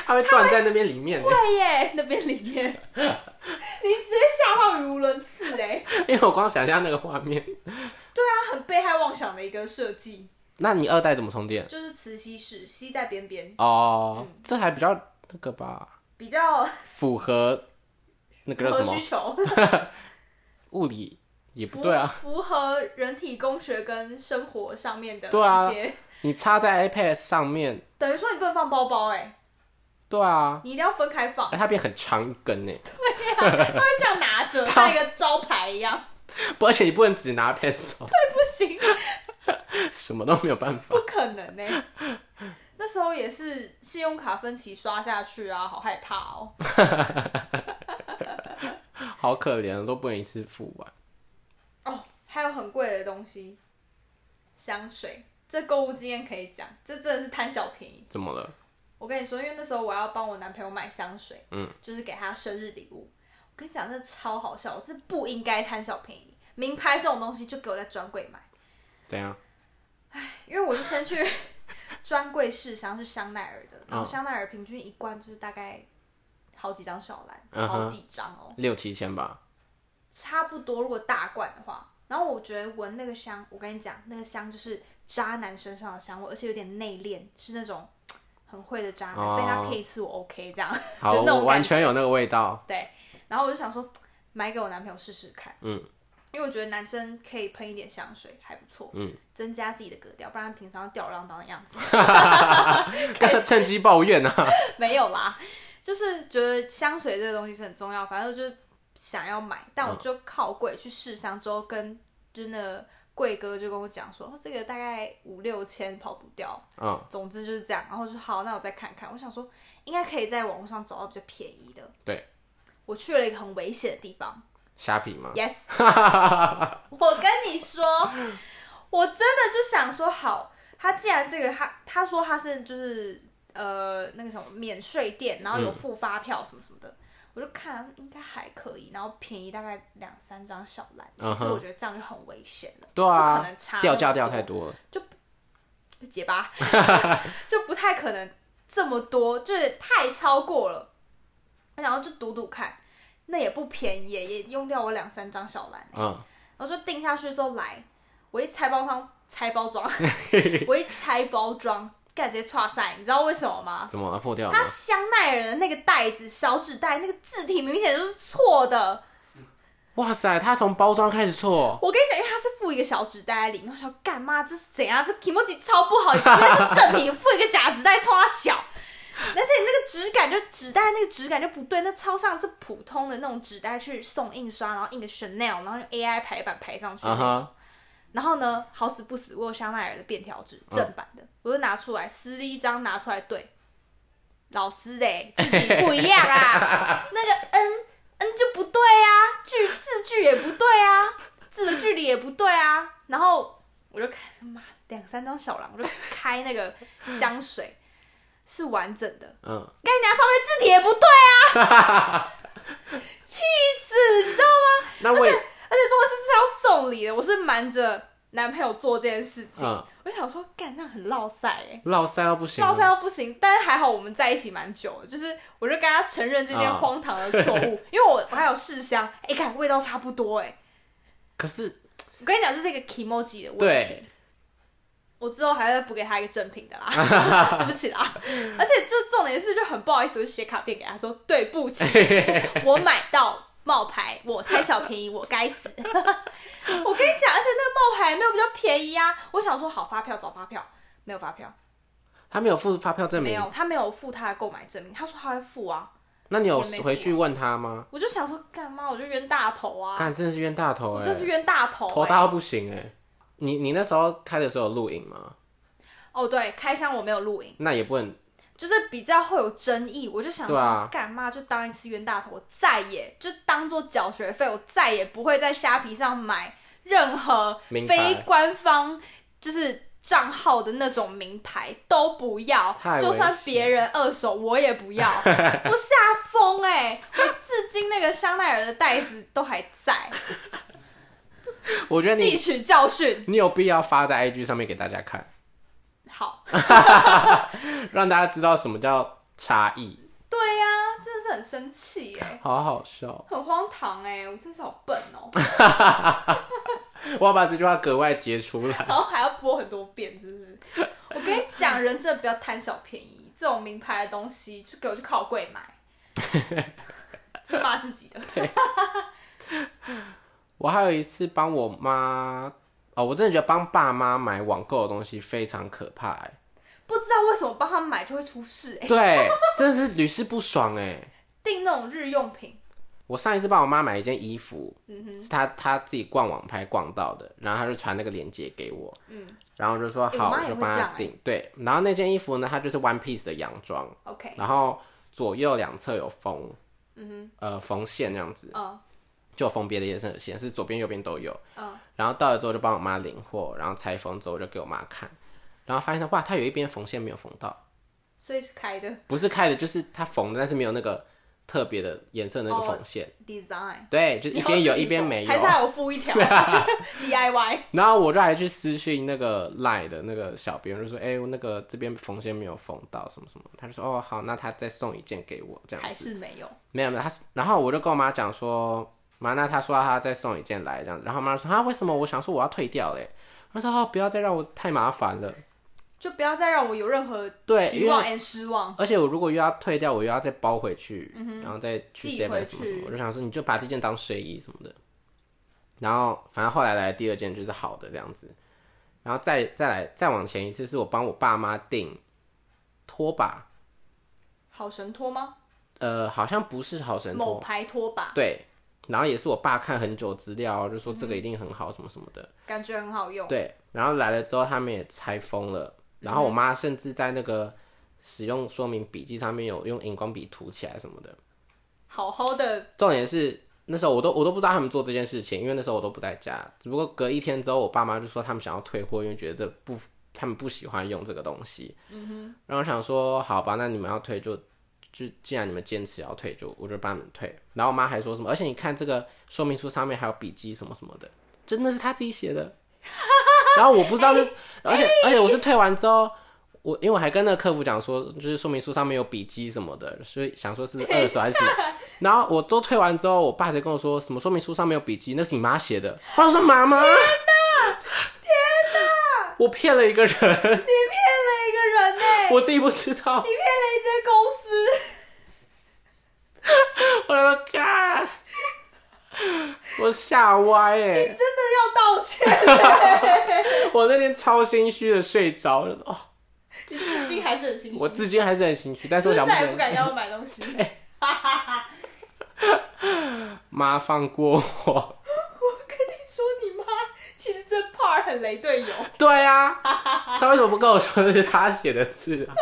[SPEAKER 2] 它会断在那边里面耶，
[SPEAKER 1] 对耶， 那边里面，你直接吓到语无伦次哎，
[SPEAKER 2] 因为我光想象那个画面。
[SPEAKER 1] 它很被害妄想的一个设计，
[SPEAKER 2] 那你二代怎么充电？
[SPEAKER 1] 就是磁吸式，吸在边边，
[SPEAKER 2] 哦、这还比较那个吧，
[SPEAKER 1] 比较
[SPEAKER 2] 符合那个叫
[SPEAKER 1] 合
[SPEAKER 2] 什
[SPEAKER 1] 需
[SPEAKER 2] 么
[SPEAKER 1] 求。
[SPEAKER 2] 物理也不
[SPEAKER 1] 符
[SPEAKER 2] 对啊。
[SPEAKER 1] 符合人体工学跟生活上面的
[SPEAKER 2] 对啊
[SPEAKER 1] 一些，
[SPEAKER 2] 你插在 iPad 上面，
[SPEAKER 1] 等于说你不能放包包哎、
[SPEAKER 2] 对啊，
[SPEAKER 1] 你一定要分开放
[SPEAKER 2] 哎、，它变很长一根呢。
[SPEAKER 1] 它会像拿着像一个招牌一样，
[SPEAKER 2] 不而且你不能只拿 pencil，
[SPEAKER 1] 不行，
[SPEAKER 2] 什么都没有办法。
[SPEAKER 1] 不可能呢、那时候也是信用卡分期刷下去啊，好害怕哦。
[SPEAKER 2] 好可怜，都不能一次付完。
[SPEAKER 1] 哦，还有很贵的东西，香水，这购物经验可以讲，这真的是贪小便宜。
[SPEAKER 2] 怎么了？
[SPEAKER 1] 我跟你说，因为那时候我要帮我男朋友买香水，嗯，就是给他生日礼物。我跟你讲，这超好笑，我这不应该贪小便宜，名牌这种东西就给我在专柜买，
[SPEAKER 2] 怎样？
[SPEAKER 1] 因为我就先去 专柜试香是香奈儿的，然后
[SPEAKER 2] 嗯
[SPEAKER 1] 香奈儿平均一罐就是大概好几张小蓝，
[SPEAKER 2] 嗯哼
[SPEAKER 1] 好几张哦，
[SPEAKER 2] 六七千吧。
[SPEAKER 1] 差不多，如果大罐的话。然后我觉得闻那个香，我跟你讲，那个香就是渣男身上的香味，而且有点内敛，是那种很会的渣男，
[SPEAKER 2] 哦
[SPEAKER 1] 被他骗一次我 OK 这样。
[SPEAKER 2] 好，
[SPEAKER 1] 就那种
[SPEAKER 2] 我完
[SPEAKER 1] 感觉
[SPEAKER 2] 全有那个 味道。
[SPEAKER 1] 对，然后我就想说，买给我男朋友试试看。
[SPEAKER 2] 嗯，
[SPEAKER 1] 因为我觉得男生可以喷一点香水，还不错。
[SPEAKER 2] 嗯，
[SPEAKER 1] 增加自己的格调，不然平常吊儿郎当的样子
[SPEAKER 2] 趁机抱怨啊！
[SPEAKER 1] 没有啦。就是觉得香水这个东西是很重要，反正我就想要买，但我就靠柜去试香之后，跟就那个柜哥就跟我讲说，哦这个大概五六千跑不掉，
[SPEAKER 2] 嗯，
[SPEAKER 1] 总之就是这样。然后我就好，那我再看看。我想说，应该可以在网络上找到比较便宜的。
[SPEAKER 2] 对，
[SPEAKER 1] 我去了一个很危险的地方。
[SPEAKER 2] 虾皮嘛，
[SPEAKER 1] Yes，我跟你说，我真的就想说，好，他既然这个他他说他是就是呃那个什么免税店，然后有付发票什么什么的，我就看应该还可以，然后便宜大概两三张小蓝，其实
[SPEAKER 2] 嗯哼
[SPEAKER 1] 我觉得这样就很危险了，
[SPEAKER 2] 对
[SPEAKER 1] 不可
[SPEAKER 2] 啊
[SPEAKER 1] 能，差
[SPEAKER 2] 掉
[SPEAKER 1] 那
[SPEAKER 2] 价
[SPEAKER 1] 么
[SPEAKER 2] 掉
[SPEAKER 1] 多
[SPEAKER 2] 太多了。
[SPEAKER 1] 结 巴，就不太可能这么多，就是太超过了。我想要就赌赌看，那也不便宜耶，也用掉我两三张小蓝。
[SPEAKER 2] 嗯，
[SPEAKER 1] 然后就定下去之后来，我一拆包装，拆包 装，我一拆包装，干直接岔赛，你知道为什么吗？
[SPEAKER 2] 怎么了破掉了
[SPEAKER 1] 它
[SPEAKER 2] 吗？
[SPEAKER 1] 香奈儿的那个袋子小纸袋，那个字体明显就是错的。
[SPEAKER 2] 哇塞，他从包装开始错，
[SPEAKER 1] 我跟你讲，因为它是附一个小纸袋在里面，我想干嘛？这是怎样？这 i m o j i 超不好，因为是正品，附一个假纸袋，冲它小。而且那个质感就纸袋那个质感就不对，那超像是普通的那种纸袋去送印刷，然后印个 Chanel，然后用 AI 排版排上去那
[SPEAKER 2] 啊
[SPEAKER 1] 种。
[SPEAKER 2] 哈，
[SPEAKER 1] 然后呢，好死不死，我有香奈儿的便条纸，正版的，我就拿出来撕了一张拿出来对，老师嘞、字体不一样啊，那个 n n 就不对啊，句字句也不对啊，字的距离也不对啊，然后我就看，妈两三张小狼，我就开那个香水。是完整 的，
[SPEAKER 2] 嗯，
[SPEAKER 1] 该拿上面字体也不对啊！气死，你知道吗？
[SPEAKER 2] 那我也
[SPEAKER 1] 而且这个是是要送礼的，我是瞒着男朋友做这件事情。
[SPEAKER 2] 嗯，
[SPEAKER 1] 我想说，干这样很落塞哎、
[SPEAKER 2] 落塞到不行，啊
[SPEAKER 1] 落塞到不行。但是还好我们在一起蛮久的，就是我就跟他承认这件
[SPEAKER 2] 啊
[SPEAKER 1] 荒唐的错误，因为我我还有试香，哎、看味道差不多哎、
[SPEAKER 2] 可是
[SPEAKER 1] 我跟你讲，这是一个 k i m o j i 的问题
[SPEAKER 2] 对。
[SPEAKER 1] 我之后还会补给他一个正品的 啦，对不起啦。而且就重点是，就很不好意思，我就写卡片给他说对不 起，我买到冒牌，我贪小便宜，我该死。 我跟你讲，而且那个冒牌没有比较便宜啊。我想说好发票找发票，没有发票，
[SPEAKER 2] 他没有付发票证
[SPEAKER 1] 没
[SPEAKER 2] 明，
[SPEAKER 1] 有，他没有付他的购买证明，他说他会付啊。
[SPEAKER 2] 那你有
[SPEAKER 1] 也没付啊
[SPEAKER 2] 回去问他吗？
[SPEAKER 1] 我就想说干嘛，我就冤大头啊，
[SPEAKER 2] 干，真的是冤大头
[SPEAKER 1] 我
[SPEAKER 2] 哎、
[SPEAKER 1] 真是冤大头、
[SPEAKER 2] 头
[SPEAKER 1] 欸。
[SPEAKER 2] 大到不行哎、你你那时候开的时候有录影吗？
[SPEAKER 1] 哦，对，开箱我没有录影。
[SPEAKER 2] 那也不能
[SPEAKER 1] 就是比较会有争议，我就想
[SPEAKER 2] 对啊
[SPEAKER 1] 说，干嘛、就当一次冤大头，我再也就当做缴学费，我再也不会在虾皮上买任何
[SPEAKER 2] 名牌
[SPEAKER 1] 非官方就是账号的那种名牌都不要
[SPEAKER 2] 太，
[SPEAKER 1] 就算
[SPEAKER 2] 危险
[SPEAKER 1] 别人二手我也不 要，我吓疯哎！我至今那个香奈儿的袋子都还在，
[SPEAKER 2] 我觉得
[SPEAKER 1] 汲
[SPEAKER 2] 你
[SPEAKER 1] 取教训。
[SPEAKER 2] 你有必要发在 IG 上面给大家看，
[SPEAKER 1] 好，
[SPEAKER 2] 让大家知道什么叫差异，
[SPEAKER 1] 对呀、真的是很生气哎、
[SPEAKER 2] 好好笑。
[SPEAKER 1] 很荒唐哎、我真是好笨哦、
[SPEAKER 2] 我要把这句话格外截出来。
[SPEAKER 1] 然后还要播很多遍，是不是？我跟你讲，人真的不要贪小便宜，这种名牌的东西就给我去靠柜买，自骂自己的。
[SPEAKER 2] 我还有一次帮我妈，哦，我真的觉得帮爸妈买网购的东西非常可怕、欸，
[SPEAKER 1] 不知道为什么帮他们买就会出事哎、
[SPEAKER 2] 对， 真的是屡试不爽哎、
[SPEAKER 1] 订那种日用品，
[SPEAKER 2] 我上一次帮我妈买一件衣服，
[SPEAKER 1] 嗯
[SPEAKER 2] 是她她自己逛网拍逛到的，然后她就传那个链接给我，
[SPEAKER 1] 嗯
[SPEAKER 2] 然后我就说
[SPEAKER 1] 欸
[SPEAKER 2] 好，
[SPEAKER 1] 我妈也
[SPEAKER 2] 就
[SPEAKER 1] 会
[SPEAKER 2] 帮
[SPEAKER 1] 这
[SPEAKER 2] 她
[SPEAKER 1] 样欸
[SPEAKER 2] 订。对，然后那件衣服呢，它就是 one piece 的洋装，
[SPEAKER 1] ，OK，
[SPEAKER 2] 然后左右两侧有缝，嗯呃缝线那样子，
[SPEAKER 1] 嗯
[SPEAKER 2] 就有缝别的颜色的线，是左边右边都有。
[SPEAKER 1] 嗯，
[SPEAKER 2] 然后到了之后就帮我妈领货，然后拆封之后就给我妈看，然后发现她哇，她有一边缝线没有缝到，
[SPEAKER 1] 所以是开的
[SPEAKER 2] 不是开的，就是她缝的，但是没有那个特别的颜色那个缝线。
[SPEAKER 1] design，
[SPEAKER 2] 对，就一边有一边没有
[SPEAKER 1] 哦还，是还有附一 条 DIY，
[SPEAKER 2] 然后我就还去私讯那个赖的那个小编，就说：“哎、我那个这边缝线没有缝到，什么什么。”他就说：“哦，好，那他再送一件给 我这样
[SPEAKER 1] 还
[SPEAKER 2] 子。
[SPEAKER 1] 是没有，”
[SPEAKER 2] 没有没有，他然后我就跟我妈讲说：“妈，那他说他再送一件来这样子。”然后我妈说：“啊，为什么？我想说我要退掉嘞。”我说：“哦，不要再让我太麻烦了。
[SPEAKER 1] 就不要再让我有任何
[SPEAKER 2] 对
[SPEAKER 1] 期望 and
[SPEAKER 2] 因
[SPEAKER 1] 失望。
[SPEAKER 2] 而且我如果又要退掉，我又要再包回去，然后再去
[SPEAKER 1] 嗯寄
[SPEAKER 2] seven
[SPEAKER 1] 回
[SPEAKER 2] 什么什么
[SPEAKER 1] 去。
[SPEAKER 2] 我就想说，你就把这件当睡衣什么的。然后反正后来来的第二件就是好的这样子，然后再再来再往前一次是我帮我爸妈订拖把，
[SPEAKER 1] 好神拖吗？
[SPEAKER 2] 呃，好像不是好神
[SPEAKER 1] 某
[SPEAKER 2] 拖，
[SPEAKER 1] 牌拖把，
[SPEAKER 2] 对。然后也是我爸看很久资料，就说这个一定很好什么什么的，
[SPEAKER 1] 感觉很好用。
[SPEAKER 2] 对。然后来了之后他们也拆封了，然后我妈甚至在那个使用说明笔记上面有用荧光笔涂起来什么的。
[SPEAKER 1] 好好的，
[SPEAKER 2] 重点是那时候我都我都不知道他们做这件事情，因为那时候我都不在家。只不过隔一天之后，我爸妈就说他们想要退货，因为觉得这不他们不喜欢用这个东西。嗯哼，然后我想说好吧，那你们要退就就既然你们坚持要退，就我就帮你们退。然后我妈还说什么，而且你看这个说明书上面还有笔记什么什么的， 真的是他自己写的。然后我不知道是，而且而且我是退完之后，我因为我还跟那个客服讲说，就是说明书上面有笔记什么的，所以想说是不是二手 还是什么。然后我都退完之后，我爸才跟我说什么说明书上面有笔记，那是你妈写的。我想说妈妈，天哪，天哪，我骗了一个人，
[SPEAKER 1] 你骗了一个人呢、
[SPEAKER 2] 我自己不知道
[SPEAKER 1] 你。骗了一间公 司，
[SPEAKER 2] 我想说干，我吓歪哎、
[SPEAKER 1] 你真的要道歉、
[SPEAKER 2] 我那天超心虚的睡着，就说哦，
[SPEAKER 1] 你至今还是很心虚，
[SPEAKER 2] 我至今还是很心虚，但
[SPEAKER 1] 就
[SPEAKER 2] 是我
[SPEAKER 1] 是
[SPEAKER 2] 想不
[SPEAKER 1] 再
[SPEAKER 2] 起
[SPEAKER 1] 也不敢
[SPEAKER 2] 来，
[SPEAKER 1] 要我买东 西。
[SPEAKER 2] 妈放过我。
[SPEAKER 1] 我跟你说，你妈其实这 part 很雷队友，
[SPEAKER 2] 对呀、他为什么不跟我说这是他写的字啊？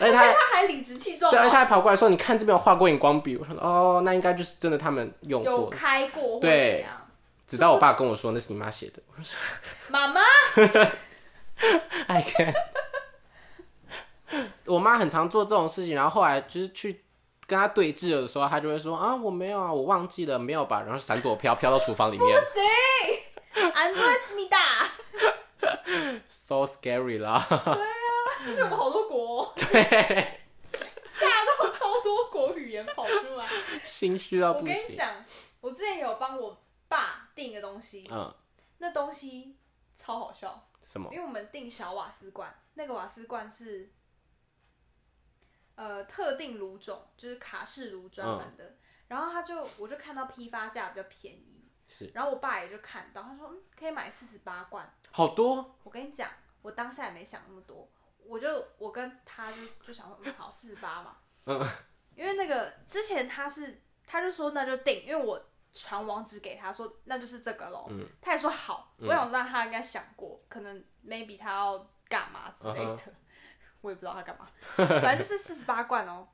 [SPEAKER 2] 而且他
[SPEAKER 1] 而且
[SPEAKER 2] 还
[SPEAKER 1] 她还理直气壮
[SPEAKER 2] 对，而且他
[SPEAKER 1] 地
[SPEAKER 2] 还跑过来说：“你看这边有画过荧光笔。”我说：“哦，那应该就是真的他们用
[SPEAKER 1] 有
[SPEAKER 2] 过。
[SPEAKER 1] 开过或怎
[SPEAKER 2] 对
[SPEAKER 1] 样。”
[SPEAKER 2] 直到我爸跟我说：“那是你妈写的。”我说
[SPEAKER 1] 妈妈，：“
[SPEAKER 2] 哎看。” 我妈很常做这种事情，然后后来就是去跟她对峙的时候，她就会说：“啊，我没有啊，我忘记了，没有吧？”然后闪躲飘飘到厨房里面
[SPEAKER 1] 不行，安德思密达，
[SPEAKER 2] ，so scary 啦。
[SPEAKER 1] 这我们好多国哦、
[SPEAKER 2] 对，
[SPEAKER 1] 吓到超多国语言跑出 来。
[SPEAKER 2] 心虚到
[SPEAKER 1] 我
[SPEAKER 2] 不
[SPEAKER 1] 跟你
[SPEAKER 2] 行。
[SPEAKER 1] 讲，我之前有帮我爸订一个东西，
[SPEAKER 2] 嗯，
[SPEAKER 1] 那东西超好笑，
[SPEAKER 2] 什么
[SPEAKER 1] 因？为我们订小瓦斯罐，那个瓦斯罐是呃特定炉种，就是卡式炉专门
[SPEAKER 2] 嗯
[SPEAKER 1] 的。然后他就我就看到批发价比较便宜，
[SPEAKER 2] 是
[SPEAKER 1] 然后我爸也就看到，他说嗯可以买四十八罐。
[SPEAKER 2] 好多
[SPEAKER 1] 我跟你讲，我当下也没想那么多，我就我跟他就就想说，嗯，好，四十八嘛。
[SPEAKER 2] 嗯。
[SPEAKER 1] 因为那个之前他是，他就说那就定，因为我传网址给他说那就是这个咯。
[SPEAKER 2] 嗯。
[SPEAKER 1] 他也说好，我想说那他应该想过，可能 maybe 他要干嘛之类的
[SPEAKER 2] 嗯
[SPEAKER 1] 我也不知道他干嘛，反正就是四十八罐哦。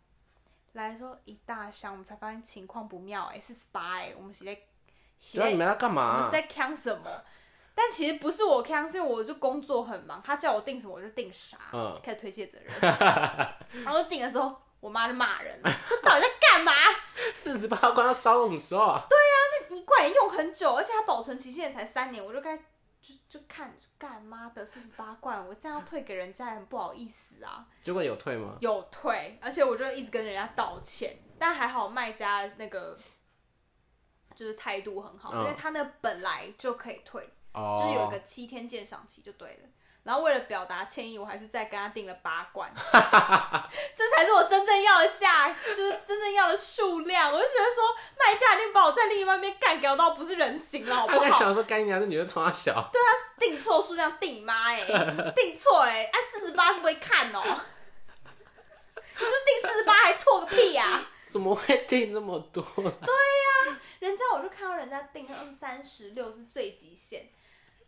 [SPEAKER 1] 来的时候一大箱，我们才发现情况不妙哎、四十八哎，我们是在是
[SPEAKER 2] 对啊，
[SPEAKER 1] 在
[SPEAKER 2] 你们要干嘛、
[SPEAKER 1] 我们是在扛什么？但其实不是我扛，是因为我就工作很忙，他叫我订什么我就订啥，
[SPEAKER 2] 嗯
[SPEAKER 1] 开始推卸责任。然后订的时候，我妈就骂人了，说到底在干嘛？
[SPEAKER 2] 四十八罐要烧到什么时候啊？
[SPEAKER 1] 一罐也用很久，而且它保存期限也才三年，我就该就就看干妈的四十八罐，我这样退给人家人不好意思啊。
[SPEAKER 2] 结果有退吗？
[SPEAKER 1] 有退，而且我就一直跟人家道歉，但还好卖家那个就是态度很好，
[SPEAKER 2] 嗯
[SPEAKER 1] 因为他那本来就可以退。
[SPEAKER 2] 哦
[SPEAKER 1] 就是有一个七天鉴赏期就对了。然后为了表达歉意，我还是再跟他订了八罐， 这才是我真正要的价，就是真正要的数量。我就觉得说，卖家一定把我在另一半边干掉到不是人形了，好不
[SPEAKER 2] 他在
[SPEAKER 1] 好？
[SPEAKER 2] 想说干你娘这女的冲他小，
[SPEAKER 1] 订错数量，订妈哎，订错哎、哎四十八是不会看哦、你就订四十八还错个屁呀、啊！
[SPEAKER 2] 怎么会订这么多？
[SPEAKER 1] 人家我就看到人家订二三十六是最极限，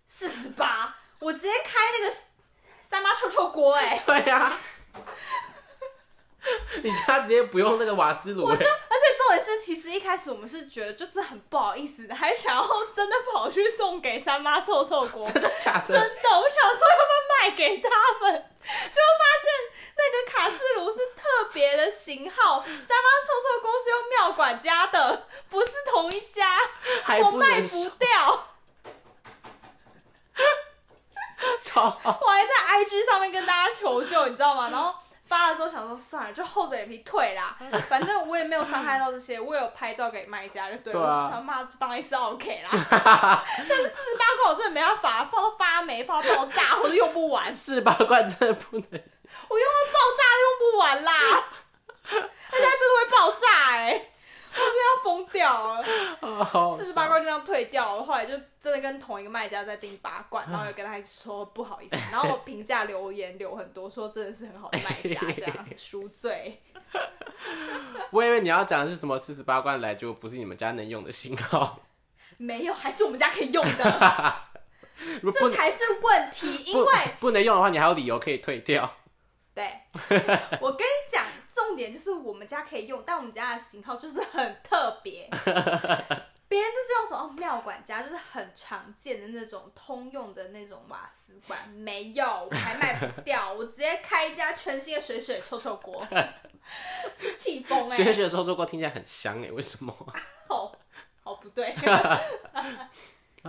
[SPEAKER 1] 四十八我直接开那个三八臭臭锅哎、
[SPEAKER 2] 对啊， 你家直接不用那个瓦斯炉、
[SPEAKER 1] 我哦就，
[SPEAKER 2] 欸，
[SPEAKER 1] 而且重点是，其实一开始我们是觉得就是很不好意思的，还想要真的跑去送给三妈臭臭锅，
[SPEAKER 2] 真的假
[SPEAKER 1] 真
[SPEAKER 2] 的？
[SPEAKER 1] 的，我想说要不要卖给他们，就发现那个卡式炉是特别的型号，三妈臭臭锅是用妙管家的，不是同一家，
[SPEAKER 2] 还
[SPEAKER 1] 我
[SPEAKER 2] 不
[SPEAKER 1] 卖
[SPEAKER 2] 能烧
[SPEAKER 1] 不掉。
[SPEAKER 2] 超好，
[SPEAKER 1] 我还在 IG 上面跟大家求救，你知道吗？然后发的时候想说算了，就厚着脸皮退啦，反正我也没有伤害到这些，我有拍照给卖家就对了，
[SPEAKER 2] 对啊
[SPEAKER 1] 我就想骂就当一次 OK 啦。但是四十八罐我真的没办法，放到发霉，放到爆炸，我都用不完，
[SPEAKER 2] 四十八罐真的不能。
[SPEAKER 1] 我用到爆炸都用不完啦，而且它真的会爆炸哎、我真的要疯掉了，
[SPEAKER 2] 哦，
[SPEAKER 1] 四十八罐就这样退掉了。我后来就真的跟同一个卖家在订八罐，
[SPEAKER 2] 嗯
[SPEAKER 1] 然后又跟他说不好意 思，然后我评价留言留很多，说真的是很好的卖家，这样赎罪。
[SPEAKER 2] 我以为你要讲的是什么四十八罐来就不是你们家能用的型号，
[SPEAKER 1] 没有，还是我们家可以用的，
[SPEAKER 2] 如果
[SPEAKER 1] 这
[SPEAKER 2] 不
[SPEAKER 1] 才是问题。因
[SPEAKER 2] 不
[SPEAKER 1] 为
[SPEAKER 2] 不能用的话，你还有理由可以退掉。
[SPEAKER 1] 对， 我跟你讲，重点就是我们家可以用，但我们家的型号就是很特别。别人就是用什么妙管家，就是很常见的那种通用的那种瓦斯管，没有，我还卖不掉，我直接开一家全新的水水臭臭锅，气疯哎、
[SPEAKER 2] 学学的时候做过，听起来很香哎、为什么？
[SPEAKER 1] 啊好，好不 对，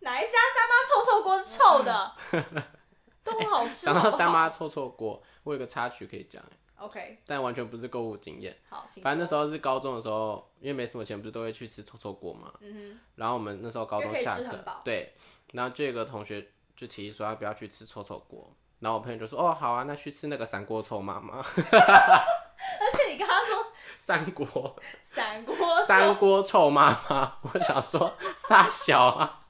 [SPEAKER 1] 哪一家三妈臭臭锅是臭的？都锅好吃好
[SPEAKER 2] 讲
[SPEAKER 1] 不好。
[SPEAKER 2] 哎到三妈臭臭锅，我有个插曲可以讲，欸
[SPEAKER 1] OK，
[SPEAKER 2] 但完全不是购物经验。
[SPEAKER 1] 好，请
[SPEAKER 2] 反正那时
[SPEAKER 1] 说
[SPEAKER 2] 候是高中的时候，因为没什么钱，不是都会去吃臭臭锅嘛。嗯然后我们那时候高
[SPEAKER 1] 因
[SPEAKER 2] 中
[SPEAKER 1] 为可以
[SPEAKER 2] 下
[SPEAKER 1] 吃很
[SPEAKER 2] 课
[SPEAKER 1] 饱，
[SPEAKER 2] 对，然后就有个同学就提议说要不要去吃臭臭锅，然后我朋友就说哦好啊，那去吃那个三锅臭妈 妈，
[SPEAKER 1] 而且你刚刚说
[SPEAKER 2] 三锅
[SPEAKER 1] 散锅
[SPEAKER 2] 三
[SPEAKER 1] 粥，
[SPEAKER 2] 锅臭妈妈，我想说傻小啊，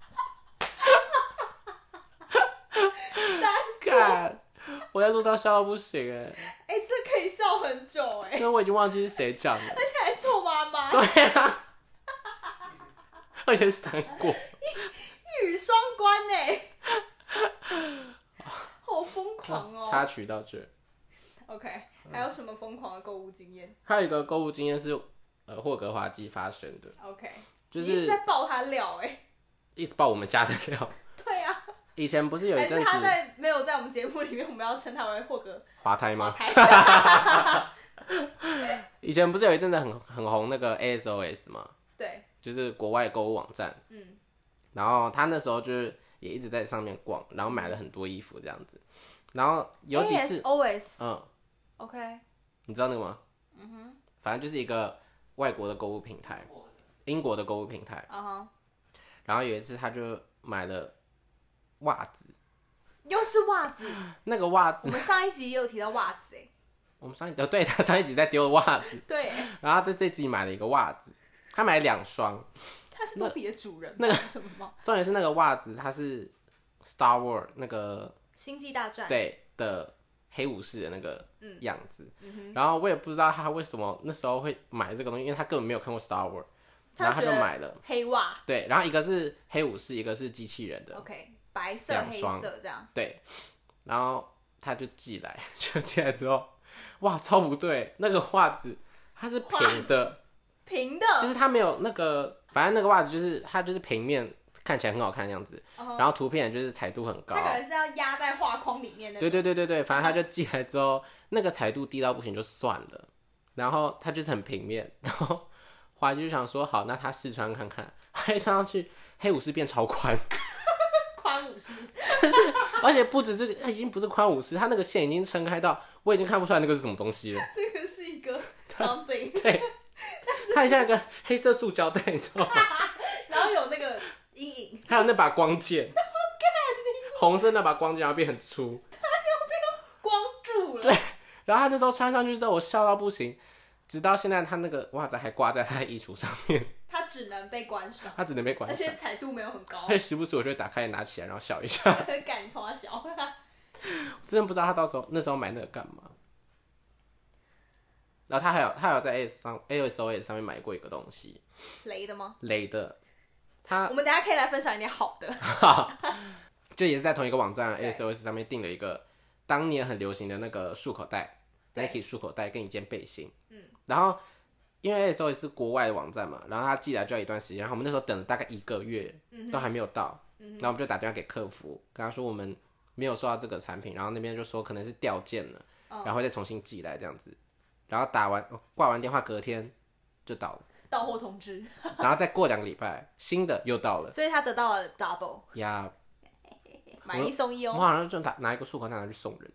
[SPEAKER 2] 干，我在路上笑到不行哎、
[SPEAKER 1] 哎、这可以笑很久哎、
[SPEAKER 2] 因为我已经忘记是谁讲的，
[SPEAKER 1] 而且还臭妈妈，
[SPEAKER 2] 对啊，而且是三锅。
[SPEAKER 1] 一语双关哎、好疯狂哦、
[SPEAKER 2] 插曲到这。
[SPEAKER 1] OK，还
[SPEAKER 2] 嗯
[SPEAKER 1] 有什么疯狂的购物经验
[SPEAKER 2] 还有一个购物经验是，呃，霍格华基发生的，
[SPEAKER 1] ？OK，
[SPEAKER 2] 就
[SPEAKER 1] 你一直
[SPEAKER 2] 是
[SPEAKER 1] 在爆他料哎、
[SPEAKER 2] 一直爆我们家的料。
[SPEAKER 1] 对啊，
[SPEAKER 2] 以前不是有一
[SPEAKER 1] 还
[SPEAKER 2] 阵
[SPEAKER 1] 是他
[SPEAKER 2] 子
[SPEAKER 1] 在没有在我们节目里面，我们要称他为霍格
[SPEAKER 2] 滑胎
[SPEAKER 1] 华
[SPEAKER 2] 吗？
[SPEAKER 1] 台。
[SPEAKER 2] 以前不是有一阵子很很红那个 ASOS 吗？
[SPEAKER 1] 对，
[SPEAKER 2] 就是国外购物网站。
[SPEAKER 1] 嗯，
[SPEAKER 2] 然后他那时候就是也一直在上面逛，然后买了很多衣服这样子。然后有几次，
[SPEAKER 1] always
[SPEAKER 2] 嗯，
[SPEAKER 1] OK，
[SPEAKER 2] 你知道那个吗？嗯哼，反正就是一个外国的购物平台，
[SPEAKER 3] 我的
[SPEAKER 2] 英国的购物平台。
[SPEAKER 1] 啊哈，
[SPEAKER 2] 然后有一次他就买了袜子，
[SPEAKER 1] 又是袜子，
[SPEAKER 2] 那个袜子
[SPEAKER 1] 我们上一集也有提到袜子 哎、
[SPEAKER 2] 我们上一呃，对他上一集在丢袜子，
[SPEAKER 1] 对，
[SPEAKER 2] 然后他在这集买了一个袜子，他买了两双，
[SPEAKER 1] 他是多比的主人吗，
[SPEAKER 2] 那个
[SPEAKER 1] 还是什么吗？
[SPEAKER 2] 重点是那个袜子它是 Star War 那个
[SPEAKER 1] 星际大战，
[SPEAKER 2] 对的黑武士的那个样子，
[SPEAKER 1] 嗯
[SPEAKER 2] 然后我也不知道他为什么那时候会买这个东西，因为他根本没有看过 Star War，然后
[SPEAKER 1] 觉
[SPEAKER 2] 他就
[SPEAKER 1] 得
[SPEAKER 2] 买了，
[SPEAKER 1] 黑袜
[SPEAKER 2] 对，然后一个是黑武士，一个是机器人的，
[SPEAKER 1] ，OK，白色、
[SPEAKER 2] 两
[SPEAKER 1] 黑
[SPEAKER 2] 双
[SPEAKER 1] 色这样，
[SPEAKER 2] 对，然后他就寄来， 就寄来之后，哇，超不对，那个袜子它是平的。
[SPEAKER 1] 平的，
[SPEAKER 2] 就是它没有那个，反正那个袜子就是它就是平面看起来很好看的样子，然后图片就是彩度很高
[SPEAKER 1] 他，哦可能是要压在画框里面那
[SPEAKER 2] 对
[SPEAKER 1] 种。
[SPEAKER 2] 对对对对，反正他就寄来之后，那个彩度低到不行就算了，然后它就是很平面，然后华就想说好，那他试穿看看，他一穿上去，黑武士变超宽，
[SPEAKER 1] 宽五十，
[SPEAKER 2] 而且不只是它已经不是宽武士，它那个线已经撑开到我已经看不出来那个是什么东西了，
[SPEAKER 1] 这个是一 个 something，
[SPEAKER 2] 对，它很像一个黑色塑胶袋，你知道吗？
[SPEAKER 1] 然后有那个阴影，
[SPEAKER 2] 还有那把光 剑，红色那把光剑，然后变很粗。
[SPEAKER 1] 光柱了，
[SPEAKER 2] 然后他那时候穿上去之后，我笑到不行，直到现在他那个袜子还挂在他的衣橱上面，
[SPEAKER 1] 它只能被观赏，
[SPEAKER 2] 他只能被关
[SPEAKER 1] 而
[SPEAKER 2] 起
[SPEAKER 1] 且
[SPEAKER 2] 来。
[SPEAKER 1] 彩度没有很高
[SPEAKER 2] 而，且时不时我就会打开拿起来，然后笑一下。
[SPEAKER 1] 敢抓小。
[SPEAKER 2] 真的不知道他到时候那时候买那个干嘛。然后他还有他还有在 A S 上 A S O S 上面买过一个东西，
[SPEAKER 1] 雷的吗？
[SPEAKER 2] 雷的，他
[SPEAKER 1] 我们等一下可以来分享一点好的。
[SPEAKER 2] 就也是在同一个网站
[SPEAKER 1] 对
[SPEAKER 2] A S O S 上面订了一个当年很流行的那个束口袋
[SPEAKER 1] 对
[SPEAKER 2] ，Nike 束口袋跟一件背心。嗯，然后因为 A S O S 是国外的网站嘛，然后他寄来就要一段时间，然后我们那时候等了大概一个月，
[SPEAKER 1] 嗯
[SPEAKER 2] 都还没有到，然后我们就打电话给客服，跟他说我们没有收到这个产品，然后那边就说可能是掉件了，
[SPEAKER 1] 哦
[SPEAKER 2] 然后再重新寄来这样子。然后打完哦挂完电话，隔天就到了，
[SPEAKER 1] 到货同 知，
[SPEAKER 2] 然后再过两个礼拜，新的又到了
[SPEAKER 1] 所以他得到了 double，
[SPEAKER 2] 呀。
[SPEAKER 1] 买一送一
[SPEAKER 2] 我
[SPEAKER 1] 哦。
[SPEAKER 2] 好像就拿拿一个束口袋拿去送人。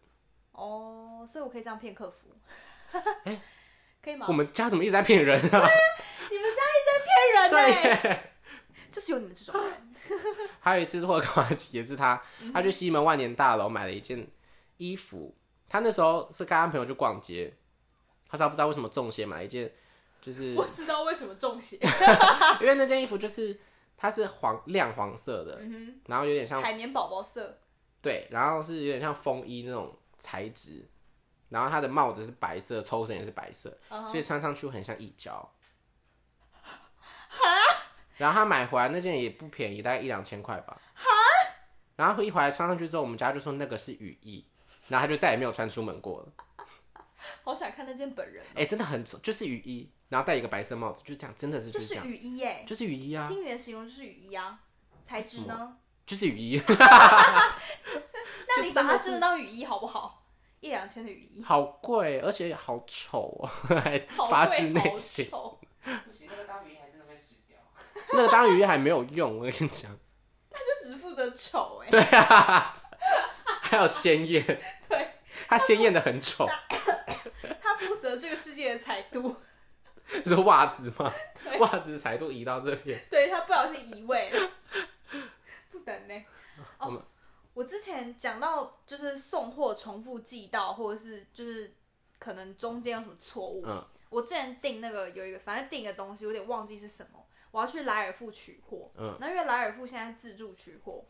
[SPEAKER 1] 哦，所以我可以这样骗客 服， 可以吗？
[SPEAKER 2] 哎我们家怎么一直在骗人啊？
[SPEAKER 1] 你们家一直在骗人呢、
[SPEAKER 2] 对，
[SPEAKER 1] 就是有你们这种人。
[SPEAKER 2] 还有一次是霍格华兹，也是他，他去西门万年大楼买了一件衣服。他那时候是跟他朋友去逛街，他说他不知道为什么中邪买了一件，就是
[SPEAKER 1] 我知道为什么中邪，
[SPEAKER 2] 因为那件衣服就是它是黄亮黄色的，然后有点像
[SPEAKER 1] 海绵宝宝色，
[SPEAKER 2] 对，然后是有点像风衣那种材质，然后它的帽子是白色，抽绳也是白色，所以穿上去很像一胶。然后他买回来那件也不便宜，大概一两千块吧。然后一回来穿上去之后，我们家就说那个是雨衣，然后他就再也没有穿出门过了。
[SPEAKER 1] 好想看那件本人，
[SPEAKER 2] 哎、真的很丑，就是雨衣，然后戴一个白色帽子，就这样，真的是
[SPEAKER 1] 就
[SPEAKER 2] 就是这
[SPEAKER 1] 是
[SPEAKER 2] 样，
[SPEAKER 1] 雨衣耶、
[SPEAKER 2] 就是雨衣啊，
[SPEAKER 1] 听你的形容就是雨衣啊，材质呢？
[SPEAKER 2] 就是雨衣，啊
[SPEAKER 1] 那你把
[SPEAKER 2] 就真
[SPEAKER 1] 它
[SPEAKER 2] 的是
[SPEAKER 1] 真的当雨衣好不好？一两千的雨衣，
[SPEAKER 2] 好贵，而且好丑哦， 还
[SPEAKER 1] 好
[SPEAKER 2] 发自
[SPEAKER 1] 贵，
[SPEAKER 2] 内
[SPEAKER 1] 好
[SPEAKER 2] 心。
[SPEAKER 1] 丑。
[SPEAKER 3] 不行，那个大鱼还真的会死掉。
[SPEAKER 2] 那个当雨衣还没有用，我跟你讲。
[SPEAKER 1] 他就只负责丑哎、
[SPEAKER 2] 对啊，还有鲜艳，
[SPEAKER 1] 对，
[SPEAKER 2] 他鲜艳的很丑，
[SPEAKER 1] 他负责这个世界的彩度，
[SPEAKER 2] 是袜子吗？袜子彩度移到这边，
[SPEAKER 1] 对他不小心移位了，不能 呢、
[SPEAKER 2] 我们
[SPEAKER 1] 哦，我之前讲到就是送货重复寄到，或者是就是可能中间有什么错误。
[SPEAKER 2] 嗯
[SPEAKER 1] 我之前订那个有一个，反正订一个东西，有点忘记是什么。我要去莱尔富取货，
[SPEAKER 2] 嗯
[SPEAKER 1] 那因为莱尔富现在自助取货，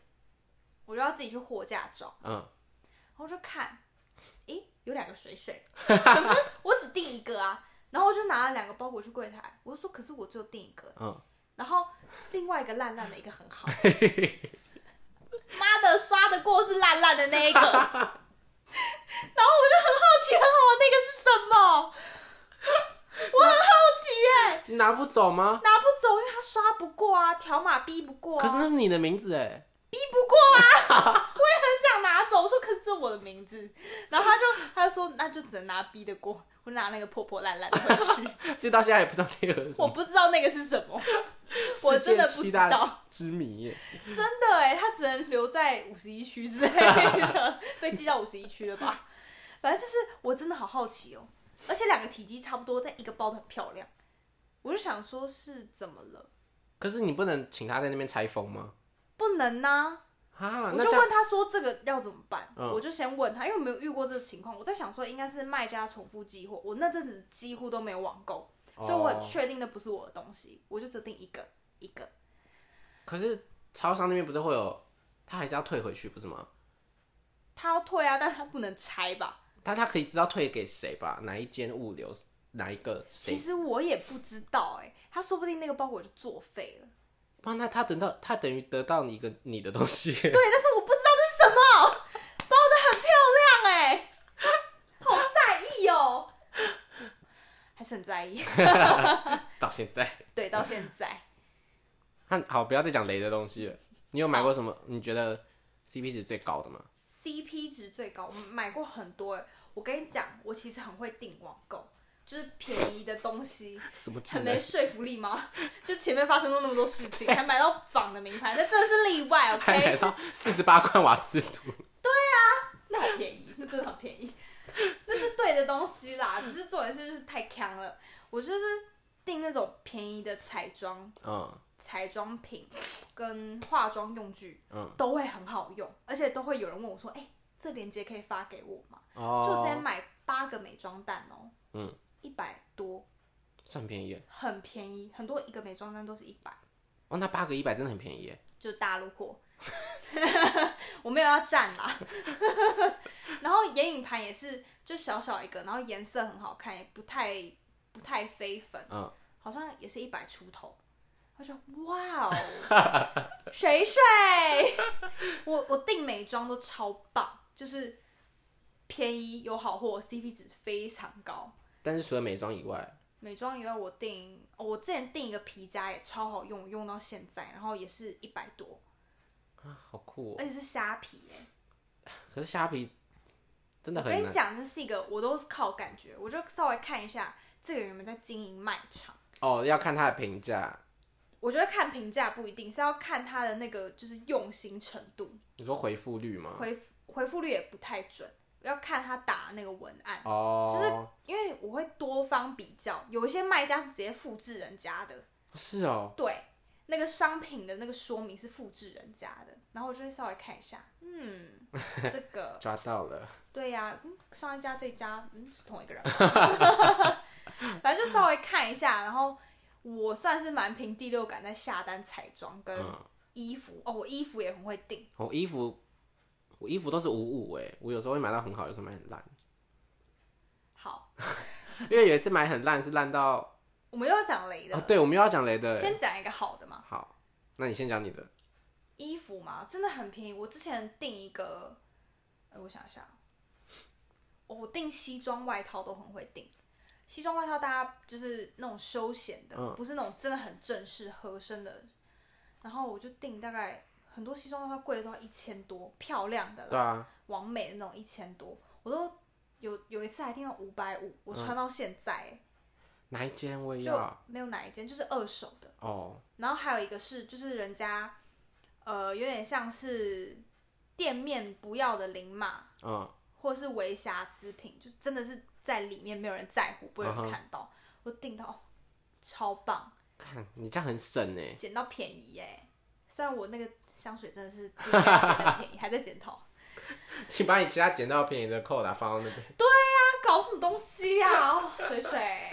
[SPEAKER 1] 我就要自己去货架找。
[SPEAKER 2] 嗯，
[SPEAKER 1] 然后就看，诶，有两个水 水，可是我只订一个啊。然后我就拿了两个包裹去柜台，我就说，可是我只有订一个。
[SPEAKER 2] 嗯。
[SPEAKER 1] 然后另外一个烂烂的，一个很好。 妈的，刷得过是烂烂的那一 个。然后我就很好奇，很好的那个是什么？我很好奇耶、
[SPEAKER 2] 你拿不走吗？
[SPEAKER 1] 拿不走，因为他刷不过啊，条码逼不过、啊。
[SPEAKER 2] 可是那是你的名字哎，
[SPEAKER 1] 逼不过啊， 我也很想拿走。我说可是这我的名字，然后他就他就说那就只能拿逼得过，我拿那个破破烂烂的回 去，
[SPEAKER 2] 所以到现在也不知道那个是什
[SPEAKER 1] 我
[SPEAKER 2] 么。
[SPEAKER 1] 不知道那个是什么，我真的不知
[SPEAKER 2] 世界七
[SPEAKER 1] 道，
[SPEAKER 2] 大之谜耶，
[SPEAKER 1] 真的哎，他只能留在五十一区之类的， 被寄到五十一区了吧？反正就是我真的好好奇哦，而且两个体积差不多，但一个包的很漂亮，我就想说是怎么了？
[SPEAKER 2] 可是你不能请他在那边拆封吗？
[SPEAKER 1] 不能呐、
[SPEAKER 2] 啊，
[SPEAKER 1] 我
[SPEAKER 2] 那
[SPEAKER 1] 就
[SPEAKER 2] 这样
[SPEAKER 1] 问他说这个要怎么办，
[SPEAKER 2] 嗯
[SPEAKER 1] 我就先问他，因为我没有遇过这个情况，我在想说应该是卖家重复寄货，我那阵子几乎都没有网购，所以我很
[SPEAKER 2] 哦
[SPEAKER 1] 确定那不是我的东西，我就只订一个一个，
[SPEAKER 2] 可是超商那边不是会有，他还是要退回去不是吗？
[SPEAKER 1] 他要退啊，但他不能拆吧？
[SPEAKER 2] 但他可以知道退给谁吧？哪一间物流，哪一个谁
[SPEAKER 1] 其？实我也不知道哎、他说不定那个包裹就作废了，
[SPEAKER 2] 哇，那他等到他等于得到你一个你的东西耶，
[SPEAKER 1] 对，但是我不知道这是什么，包的很漂亮哎、好在意哦，还是很在意，
[SPEAKER 2] 到现在，
[SPEAKER 1] 对，到现在。
[SPEAKER 2] 他好不要再讲雷的东西了。你有买过什么？你觉得 CP 值最高的吗？
[SPEAKER 1] CP 值最高，我买过很多欸。我跟你讲，我其实很会订网购，就是便宜的东西，
[SPEAKER 2] 什么技
[SPEAKER 1] 很没
[SPEAKER 2] 能？
[SPEAKER 1] 说服力吗？ 就前面发生过那么多事情，还买到仿的名牌，那真的是例外
[SPEAKER 2] 还买
[SPEAKER 1] ，OK？
[SPEAKER 2] 到四 十八罐瓦斯炉，
[SPEAKER 1] 那好便宜，那真的很便宜， 那是对的东西啦。
[SPEAKER 2] 嗯
[SPEAKER 1] 只是重点是就是太坑了，我就是订那种便宜的彩妆、
[SPEAKER 2] 嗯，
[SPEAKER 1] 彩妆品跟化妆用具，
[SPEAKER 2] 嗯
[SPEAKER 1] 都会很好用，而且都会有人问我说：“哎、这链接可以发给我吗？”就之前
[SPEAKER 2] 哦，
[SPEAKER 1] 买八个美妆蛋哦，
[SPEAKER 2] 嗯，
[SPEAKER 1] 一百多，
[SPEAKER 2] 算便宜耶
[SPEAKER 1] 很便宜，很多一个美妆蛋都是一百，
[SPEAKER 2] 哦，那八个一百真的很便宜耶，
[SPEAKER 1] 就大陆货。 我没有要占啦， 然后眼影盘也是就小小一个，然后颜色很好看，也不太不太飞粉，
[SPEAKER 2] 嗯，
[SPEAKER 1] 好像也是一百出头。他说：“哇哦，水水， 我我订美妆都超棒，就是便宜有好货，CP 值非常高。
[SPEAKER 2] 但是除了美妆以外，
[SPEAKER 1] 美妆以外，我订、哦我之前订一个皮夹也超好用，用到现在，然后也是一百多，
[SPEAKER 2] 啊，好酷哦。
[SPEAKER 1] 而且是虾皮欸耶、
[SPEAKER 2] 可是虾皮真的
[SPEAKER 1] 我
[SPEAKER 2] 很
[SPEAKER 1] 跟你
[SPEAKER 2] 难，
[SPEAKER 1] 讲，这是一个我都是靠感觉，我就稍微看一下这个人有没有在经营卖场。
[SPEAKER 2] 哦，要看它的评价。
[SPEAKER 1] 我觉得看评价不一定是要看他的那个就是用心程度，
[SPEAKER 2] 你说回复率吗？
[SPEAKER 1] 回回复率也不太准，要看他打的那个文案。
[SPEAKER 2] 哦，
[SPEAKER 1] 就是因为我会多方比较，有一些卖家是直接复制人家的，
[SPEAKER 2] 是哦，
[SPEAKER 1] 对，那个商品的那个说明是复制人家的，然后我就会稍微看一下，嗯，这个
[SPEAKER 2] 抓到了，
[SPEAKER 1] 对呀、嗯，上一家这家嗯是同一 个人 吗，反正就稍微看一下，然后我算是蛮凭第六感在下单彩妆跟
[SPEAKER 2] 嗯，
[SPEAKER 1] 衣服、哦，我衣服也很会订，
[SPEAKER 2] 我衣服，我衣服都是五五哎，我有时候会买到很好，有时候买很烂，
[SPEAKER 1] 好，
[SPEAKER 2] 因为有一次买很烂是烂到，
[SPEAKER 1] 我们又要讲雷的
[SPEAKER 2] 哦
[SPEAKER 1] 了，，
[SPEAKER 2] 对，我们又要讲雷的，
[SPEAKER 1] 先讲一个好的嘛，
[SPEAKER 2] 好，那你先讲你的，
[SPEAKER 1] 衣服嘛，真的很便宜。我之前订一个，呃，我想一下，哦我订西装外套都很会订。西装外套大家就是那种休闲的，
[SPEAKER 2] 嗯
[SPEAKER 1] 不是那种真的很正式合身的。然后我就订大概很多西装外套贵的都要一千多，漂亮的啦
[SPEAKER 2] 对啊，
[SPEAKER 1] 完美的那种一千多，我都有有一次还订到五百五，我穿到现在、欸
[SPEAKER 2] 嗯哪一啊间我也
[SPEAKER 1] 就
[SPEAKER 2] 要，
[SPEAKER 1] 没有哪一件就是二手的。
[SPEAKER 2] 哦，
[SPEAKER 1] 然后还有一个是，就是人家呃，有点像是店面不要的零码
[SPEAKER 2] 嗯，
[SPEAKER 1] 或是微瑕疵品，就真的是在里面没有人在乎，不会有
[SPEAKER 2] 嗯哼
[SPEAKER 1] 人看到。我订到、哦超棒，
[SPEAKER 2] 看你这样很省呢。
[SPEAKER 1] 捡到便宜耶、虽然我那个香水真的是不应该捡到 便宜，还在检讨。
[SPEAKER 2] 你把你其他捡到便宜的扣打放到那边。
[SPEAKER 1] 他搞什么东西呀、啊？哦，水水。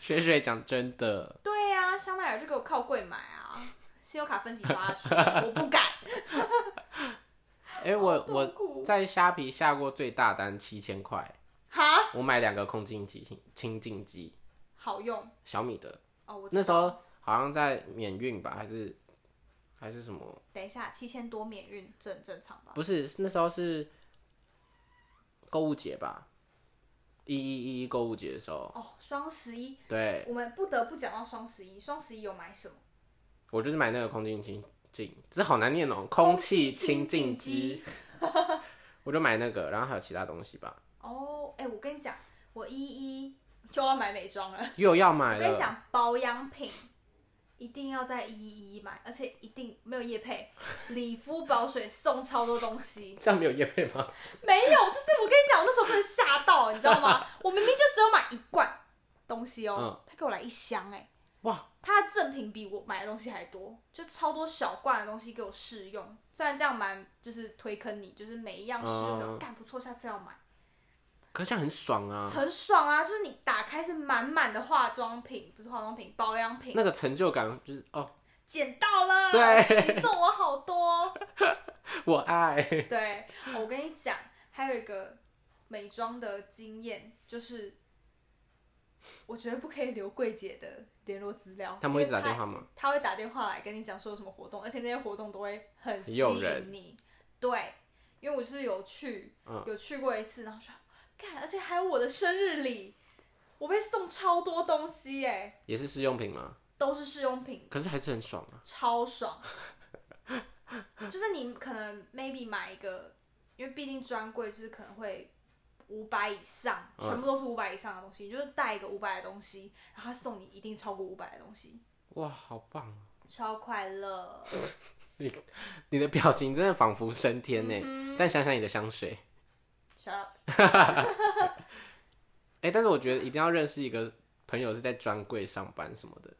[SPEAKER 2] 水水讲真的，
[SPEAKER 1] 对呀、香奈儿就给我靠柜买啊，信用卡分期刷下啊去，我 不敢。
[SPEAKER 2] 哎、 我
[SPEAKER 1] 好痛苦
[SPEAKER 2] 我在虾皮下过最大单七千块，
[SPEAKER 1] 哈，
[SPEAKER 2] 我买两个空净机、清净机，
[SPEAKER 1] 好用
[SPEAKER 2] 小米的。
[SPEAKER 1] 哦。我知道
[SPEAKER 2] 那时候好像在免运吧，还是还是什么？
[SPEAKER 1] 等一下，七千多免运，这很正常吧？
[SPEAKER 2] 不是，那时候是购物节吧，一一一一购物节的时候，
[SPEAKER 1] 哦，双十一，
[SPEAKER 2] 对
[SPEAKER 1] 我们不得不讲到双十一。双十一有买什么？
[SPEAKER 2] 我就是买那个空净清净，这好难念哦、空气
[SPEAKER 1] 气清
[SPEAKER 2] 清
[SPEAKER 1] 净
[SPEAKER 2] 净机， 我就买那个，然后还有其他东西吧，
[SPEAKER 1] 哦，哎、我跟你讲，我一一又要买美妆了。
[SPEAKER 2] 又要买
[SPEAKER 1] 我跟你
[SPEAKER 2] 了，
[SPEAKER 1] 讲，保养品一定要在一一买，而且一定没有叶配，理肤宝水送超多东西。
[SPEAKER 2] 这样没有业配吗？
[SPEAKER 1] 没有，就是我跟你讲，我那时候真的吓到，你知道吗？我明明就只有买一罐东西哦，
[SPEAKER 2] 嗯
[SPEAKER 1] 他给我来一箱哎、
[SPEAKER 2] 哇，
[SPEAKER 1] 他的赠品比我买的东西还多，就超多小罐的东西给我试用。虽然这样蛮就是推坑你，就是每一样试用，
[SPEAKER 2] 嗯
[SPEAKER 1] 干、不错，下次要买，
[SPEAKER 2] 可是这样很爽啊，
[SPEAKER 1] 很爽啊！就是你打开是满满的化妆品，不是化妆品，保养品，
[SPEAKER 2] 那个成就感就是哦，
[SPEAKER 1] 捡到了，
[SPEAKER 2] 对
[SPEAKER 1] 你送我好多。
[SPEAKER 2] 我爱，
[SPEAKER 1] 对，哦我跟你讲，还有一个美妆的经验，就是我觉得不可以留柜姐的联络资料，
[SPEAKER 2] 他
[SPEAKER 1] 因
[SPEAKER 2] 们会
[SPEAKER 1] 为
[SPEAKER 2] 一直打电
[SPEAKER 1] 她，
[SPEAKER 2] 话吗？
[SPEAKER 1] 她会打电话来跟你讲说有什么活动，而且那些活动都会很吸
[SPEAKER 2] 诱人
[SPEAKER 1] 引你。对，因为我就是有去，
[SPEAKER 2] 嗯
[SPEAKER 1] 有去过一次，然后说，看，而且还有我的生日礼，我被送超多东西耶、
[SPEAKER 2] 也是试用品吗？
[SPEAKER 1] 都是试用品，
[SPEAKER 2] 可是还是很爽啊，
[SPEAKER 1] 超爽。 就是你可能 maybe 买一个，因为毕竟专柜就是可能会五百以上，
[SPEAKER 2] 嗯
[SPEAKER 1] 全部都是五百以上的东西，你就是带一个五百的东西，然后他送你一定超过五百的东西，
[SPEAKER 2] 哇，好棒啊！
[SPEAKER 1] 超快乐。
[SPEAKER 2] 你的表情真的仿佛升天呢、
[SPEAKER 1] 嗯
[SPEAKER 2] 但想想你的香水，
[SPEAKER 1] 小到
[SPEAKER 2] 哎、但是我觉得一定要认识一个朋友是在专柜上班什么的，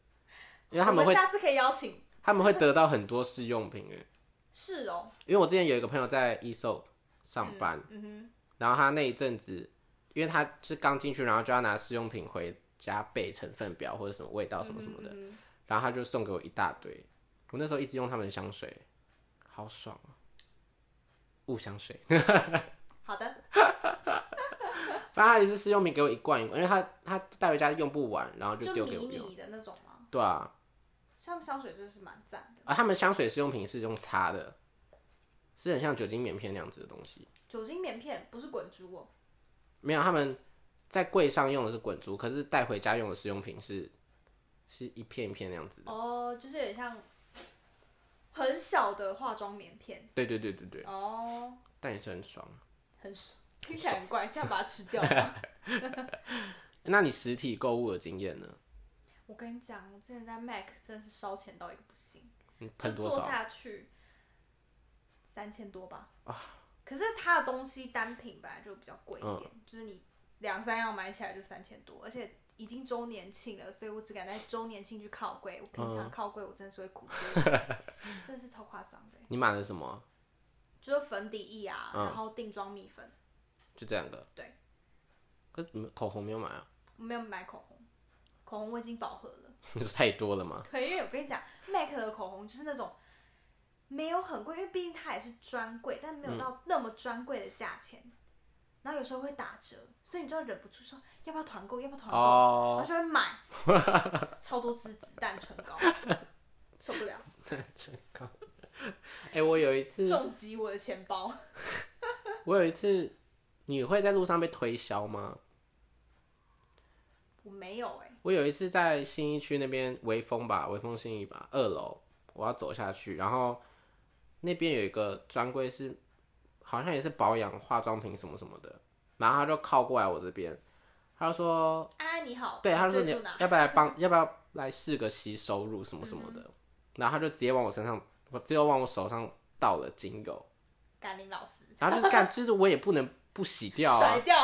[SPEAKER 2] 因为他
[SPEAKER 1] 我们
[SPEAKER 2] 们会
[SPEAKER 1] 下次可以邀请，
[SPEAKER 2] 他们会得到很多试用品哎、
[SPEAKER 1] 是哦，
[SPEAKER 2] 因为我之前有一个朋友在 e s o 上班，
[SPEAKER 1] 嗯哼，
[SPEAKER 2] 然后他那一阵子，因为他是刚进去，然后就要拿试用品回家备成分表或者什么味道什么什
[SPEAKER 1] 嗯
[SPEAKER 2] 么的，然后他就送给我一大堆。我那时候一直用他们的香水，好爽啊！雾香水。
[SPEAKER 1] 好的，
[SPEAKER 2] 反正他也是试用品给我一罐一罐，因为他他带回家用不完，然后就
[SPEAKER 1] 就
[SPEAKER 2] 丢
[SPEAKER 1] 迷
[SPEAKER 2] 给我用。
[SPEAKER 1] 你的那种吗？
[SPEAKER 2] 对啊，
[SPEAKER 1] 像香水真是蛮赞的，
[SPEAKER 2] 啊，他们香水试用品是用擦的，是很像酒精棉片那样子的东西。
[SPEAKER 1] 酒精棉片不是滚珠哦，
[SPEAKER 2] 没有，他们在柜上用的是滚珠，可是带回家用的试用品是是一片一片那样子的。
[SPEAKER 1] 哦，就是有点像很小的化妆棉片
[SPEAKER 2] 对对对对对，
[SPEAKER 1] 哦。
[SPEAKER 2] 但也是很爽。
[SPEAKER 1] 很爽，听起来很怪，现在把它吃掉 吧。
[SPEAKER 2] 那你实体购物的经验呢？
[SPEAKER 1] 我跟你讲，我之前在 Mac 真的是烧钱到一个不行，
[SPEAKER 2] 你
[SPEAKER 1] 就
[SPEAKER 2] 喷多
[SPEAKER 1] 做
[SPEAKER 2] 少？
[SPEAKER 1] 下去三千多吧。
[SPEAKER 2] 啊
[SPEAKER 1] 可是它的东西单品本来就比较贵一
[SPEAKER 2] 嗯
[SPEAKER 1] 点，就是你两三样买起来就三千多，而且已经周年庆了，所以我只敢在周年庆去靠柜。我平
[SPEAKER 2] 嗯
[SPEAKER 1] 常靠柜我真的是会哭出来， 真的是超夸张的。
[SPEAKER 2] 你买了什么？
[SPEAKER 1] 就是粉底液啊，
[SPEAKER 2] 嗯
[SPEAKER 1] 然后定妆蜜粉，
[SPEAKER 2] 就这两个。
[SPEAKER 1] 对。
[SPEAKER 2] 可是你们口红没有买啊？
[SPEAKER 1] 我没有买口红，口红我已经饱和了。
[SPEAKER 2] 你说太多了吗？
[SPEAKER 1] 对，因为我跟你讲，MAC 的口红就是那种没有很贵，因为毕竟它也是专柜，但没
[SPEAKER 2] 嗯
[SPEAKER 1] 有到那么专柜的价钱。然后有时候会打折，所以你就要忍不住说要不要团购，要不要团购，
[SPEAKER 2] 哦
[SPEAKER 1] 然后就会买超多支子弹唇膏，受不了，
[SPEAKER 2] 哎、我有一次
[SPEAKER 1] 重击我的钱包。
[SPEAKER 2] 我有一次，你会在路上被推销吗？
[SPEAKER 1] 我没有哎、
[SPEAKER 2] 我有一次在新一区那边微风吧，微风新一吧，二楼，我要走下去，然后那边有一个专柜是，好像也是保养化妆品什么什么的，然后他就靠过来我这边，他就说，
[SPEAKER 1] 安安你好，
[SPEAKER 2] 对，
[SPEAKER 1] 几
[SPEAKER 2] 他就说
[SPEAKER 1] 岁
[SPEAKER 2] 你
[SPEAKER 1] 哦住哪？
[SPEAKER 2] 要不要来帮，要不要来试个吸收入
[SPEAKER 1] 嗯
[SPEAKER 2] 什么什么的，然后他就直接往我身上，我直接往我手上倒了精油，
[SPEAKER 1] 甘霖老师
[SPEAKER 2] 然后就是干，就是我也不能不洗掉 啊
[SPEAKER 1] 甩，掉。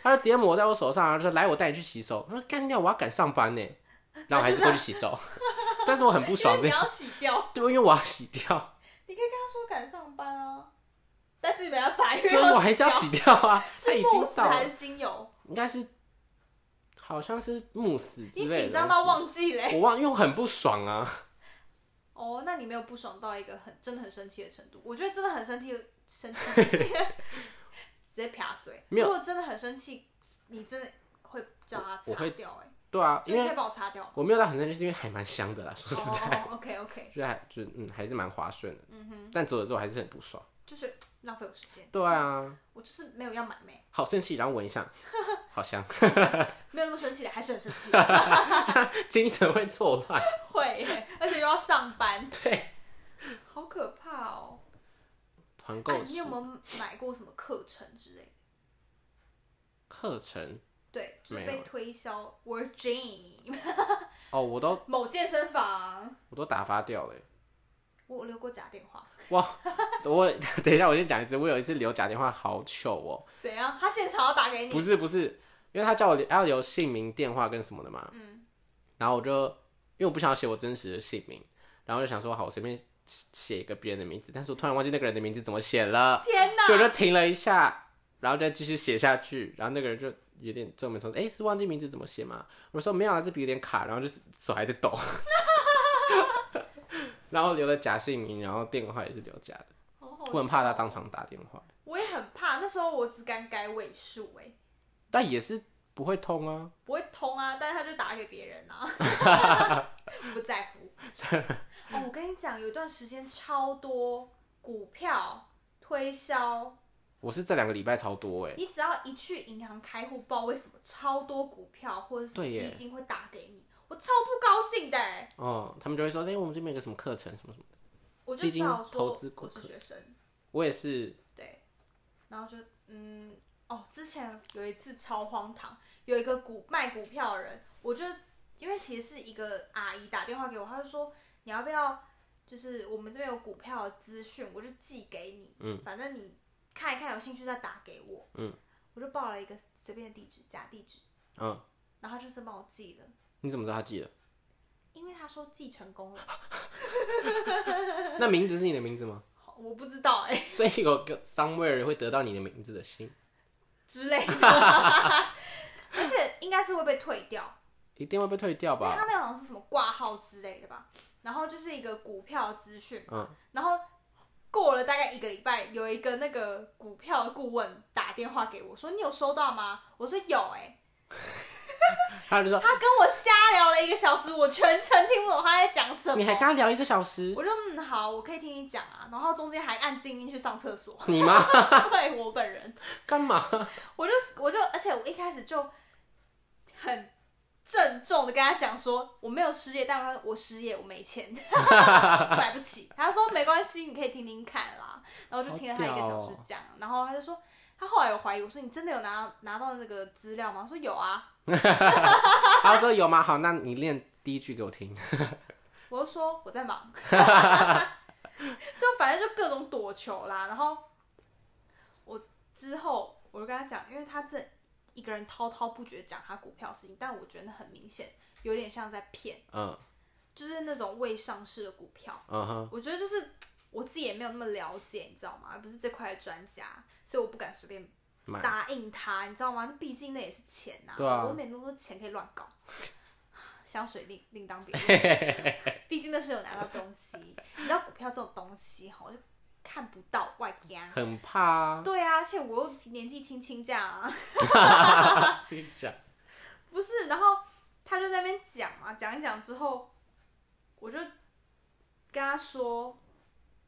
[SPEAKER 2] 他就直接抹在我手上，然后说来，我带你去洗手。我说干掉，我要赶上班呢，然后我还是过去洗手， 但是我很不
[SPEAKER 1] 因
[SPEAKER 2] 爽
[SPEAKER 1] 为
[SPEAKER 2] 这
[SPEAKER 1] 你要
[SPEAKER 2] 样，
[SPEAKER 1] 洗掉，
[SPEAKER 2] 对，因为我要洗掉，
[SPEAKER 1] 你可以跟他说赶上班啊，但是没办法，因为
[SPEAKER 2] 就是我还是要
[SPEAKER 1] 洗
[SPEAKER 2] 洗掉啊，他
[SPEAKER 1] 掉。
[SPEAKER 2] 已
[SPEAKER 1] 是慕
[SPEAKER 2] 经
[SPEAKER 1] 斯
[SPEAKER 2] 到
[SPEAKER 1] 还
[SPEAKER 2] 了
[SPEAKER 1] 是，精油？
[SPEAKER 2] 应该是好像是慕斯之
[SPEAKER 1] 你
[SPEAKER 2] 类的，
[SPEAKER 1] 紧张到，忘记嘞、
[SPEAKER 2] 我忘，因为我很不爽啊，
[SPEAKER 1] 哦，那你没有不爽到一个很真的很生气的程度？我觉得真的很生气，生 气直接撇嘴。
[SPEAKER 2] 没有
[SPEAKER 1] 如果真的很生气，你真的会叫他
[SPEAKER 2] 我我
[SPEAKER 1] 擦
[SPEAKER 2] 会
[SPEAKER 1] 掉、欸，哎，
[SPEAKER 2] 对啊，
[SPEAKER 1] 就
[SPEAKER 2] 因
[SPEAKER 1] 是可
[SPEAKER 2] 为
[SPEAKER 1] 以帮我擦掉吗。
[SPEAKER 2] 我没有到很生气，是因为还蛮香的啦，说 实在，
[SPEAKER 1] 哦，OK 嗯 OK，
[SPEAKER 2] 就是还就是嗯还是蛮滑顺的，但走了之后还是很不爽，
[SPEAKER 1] 就是浪费我时间，
[SPEAKER 2] 对啊，
[SPEAKER 1] 我就是没有要买没，
[SPEAKER 2] 好生气，然后闻一下，好香，
[SPEAKER 1] 没有那么生气的，还是很生气，
[SPEAKER 2] 精神会错乱，
[SPEAKER 1] 会欸，而且又要上班，
[SPEAKER 2] 对。
[SPEAKER 1] 好可怕哦。
[SPEAKER 2] 团
[SPEAKER 1] 啊
[SPEAKER 2] 购
[SPEAKER 1] 你
[SPEAKER 2] 是
[SPEAKER 1] 有没有买过什么课程之类的？
[SPEAKER 2] 课程
[SPEAKER 1] 对，就是
[SPEAKER 2] 没
[SPEAKER 1] 被
[SPEAKER 2] 有
[SPEAKER 1] 推销 w o r Gym
[SPEAKER 2] 哦，我都
[SPEAKER 1] 某健身房，
[SPEAKER 2] 我都打发掉了耶。
[SPEAKER 1] 我有留过假电话，
[SPEAKER 2] 我 等一下，我先讲一次。我有一次留假电话，好糗哦！
[SPEAKER 1] 怎样？他现场要打给
[SPEAKER 2] 不
[SPEAKER 1] 你，
[SPEAKER 2] 是不是，因为他叫我留要留姓名、电话跟什么的嘛。嗯。然后我就因为我不想写我真实的姓名，然后就想说好，我随便写一个别人的名字，但是我突然忘记那个人的名字怎么写了，
[SPEAKER 1] 天哪！
[SPEAKER 2] 所以我就停了一下，然后再继续写下去。然后那个人就有点皱眉头，哎、是忘记名字怎么写吗？我说没有啊，这笔有点卡，然后就是手还在抖， 然后留了假姓名，然后电话也是留假的，
[SPEAKER 1] 好好笑
[SPEAKER 2] 我很怕他当，场打电话，
[SPEAKER 1] 我也很怕。那时候我只敢改尾数，哎，
[SPEAKER 2] 但也是不会通啊。
[SPEAKER 1] 不会通啊，但是他就打给别人啊， 不在 乎。哦，我跟你讲，有一段时间超多股票推销，
[SPEAKER 2] 我是这两个礼拜超多哎、
[SPEAKER 1] 你只要一去银行开户，不知道为什么超多股票或者是什么
[SPEAKER 2] 对耶
[SPEAKER 1] 基金会打给你，我超不高兴的欸。
[SPEAKER 2] 哦、他们就会说，哎、我们这边有个什么课程什么什么的，
[SPEAKER 1] 我就
[SPEAKER 2] 基
[SPEAKER 1] 只
[SPEAKER 2] 金
[SPEAKER 1] 好
[SPEAKER 2] 投
[SPEAKER 1] 说
[SPEAKER 2] 资顾
[SPEAKER 1] 我是
[SPEAKER 2] 客
[SPEAKER 1] 学生，
[SPEAKER 2] 我也是，
[SPEAKER 1] 对，然后就嗯，哦，之前有一次超荒唐，有一个股卖股票的人，我就因为其实是一个阿姨打电话给我，她就说你要不要，就是我们这边有股票的资讯，我就寄给你，嗯，反正你看一看，有兴趣再打给我，
[SPEAKER 2] 嗯，
[SPEAKER 1] 我就报了一个随便的地址，假地址，
[SPEAKER 2] 嗯，
[SPEAKER 1] 然后她就是帮我寄了，
[SPEAKER 2] 你怎么知道他记得？
[SPEAKER 1] 因为她说寄成功了，
[SPEAKER 2] 那名字是你的名字吗？
[SPEAKER 1] 好我不知道哎、
[SPEAKER 2] 所以有个 somewhere 会得到你的名字的信，
[SPEAKER 1] 之类的， 而且应该是会被退掉。
[SPEAKER 2] 一定会被退掉
[SPEAKER 1] 因为
[SPEAKER 2] 吧
[SPEAKER 1] 他？那个好像是什么挂号之类的吧，然后就是一个股票资讯，
[SPEAKER 2] 嗯，
[SPEAKER 1] 然后过了大概一个礼拜，有一个那个股票顾问打电话给我说：“你有收到吗？”我说：“有。”哎，
[SPEAKER 2] 他就说
[SPEAKER 1] 他跟我瞎聊了一个小时，我全程听不懂他在讲什么。
[SPEAKER 2] 你还跟他聊一个小时，
[SPEAKER 1] 我就嗯好，我可以听你讲啊，然后中间还按静音去上厕 所，
[SPEAKER 2] 你吗？
[SPEAKER 1] 对我本人，
[SPEAKER 2] 干嘛？
[SPEAKER 1] 我就我就，而且我一开始就很郑重的跟他讲说，我没有失业，但我我失业，我没钱，买不起。他说没关系，你可以听听看啦。然后我就听了他一个小时讲，然后他就说，他后来有怀疑我说你真的有拿拿到那个资料吗？我说有啊，
[SPEAKER 2] 他说有吗？好，那你练第一句给我听。
[SPEAKER 1] 我就说我在忙， 就反正就各种躲球啦。然后我之后我就跟他讲，因为他这一个人滔滔不绝讲他股票的事情，但我觉得很明显有点像在骗，
[SPEAKER 2] 嗯
[SPEAKER 1] 就是那种未上市的股票。
[SPEAKER 2] 嗯哼，
[SPEAKER 1] 我觉得就是我自己也没有那么了解，你知道吗？而不是这块的专家，所以我不敢随便
[SPEAKER 2] 买
[SPEAKER 1] 答应他，你知道吗？毕竟那也是钱呐、
[SPEAKER 2] 对啊
[SPEAKER 1] 我没那么多钱可以乱搞。 香水另另当别论，毕竟那是有拿到东西。你知道股票这种东西哈，我就看不到外 加。
[SPEAKER 2] 很怕啊，
[SPEAKER 1] 对啊，而且我又年纪轻轻这样啊，
[SPEAKER 2] 自己讲。
[SPEAKER 1] 不是，然后他就在那边讲嘛，讲一讲之后，我就跟他说，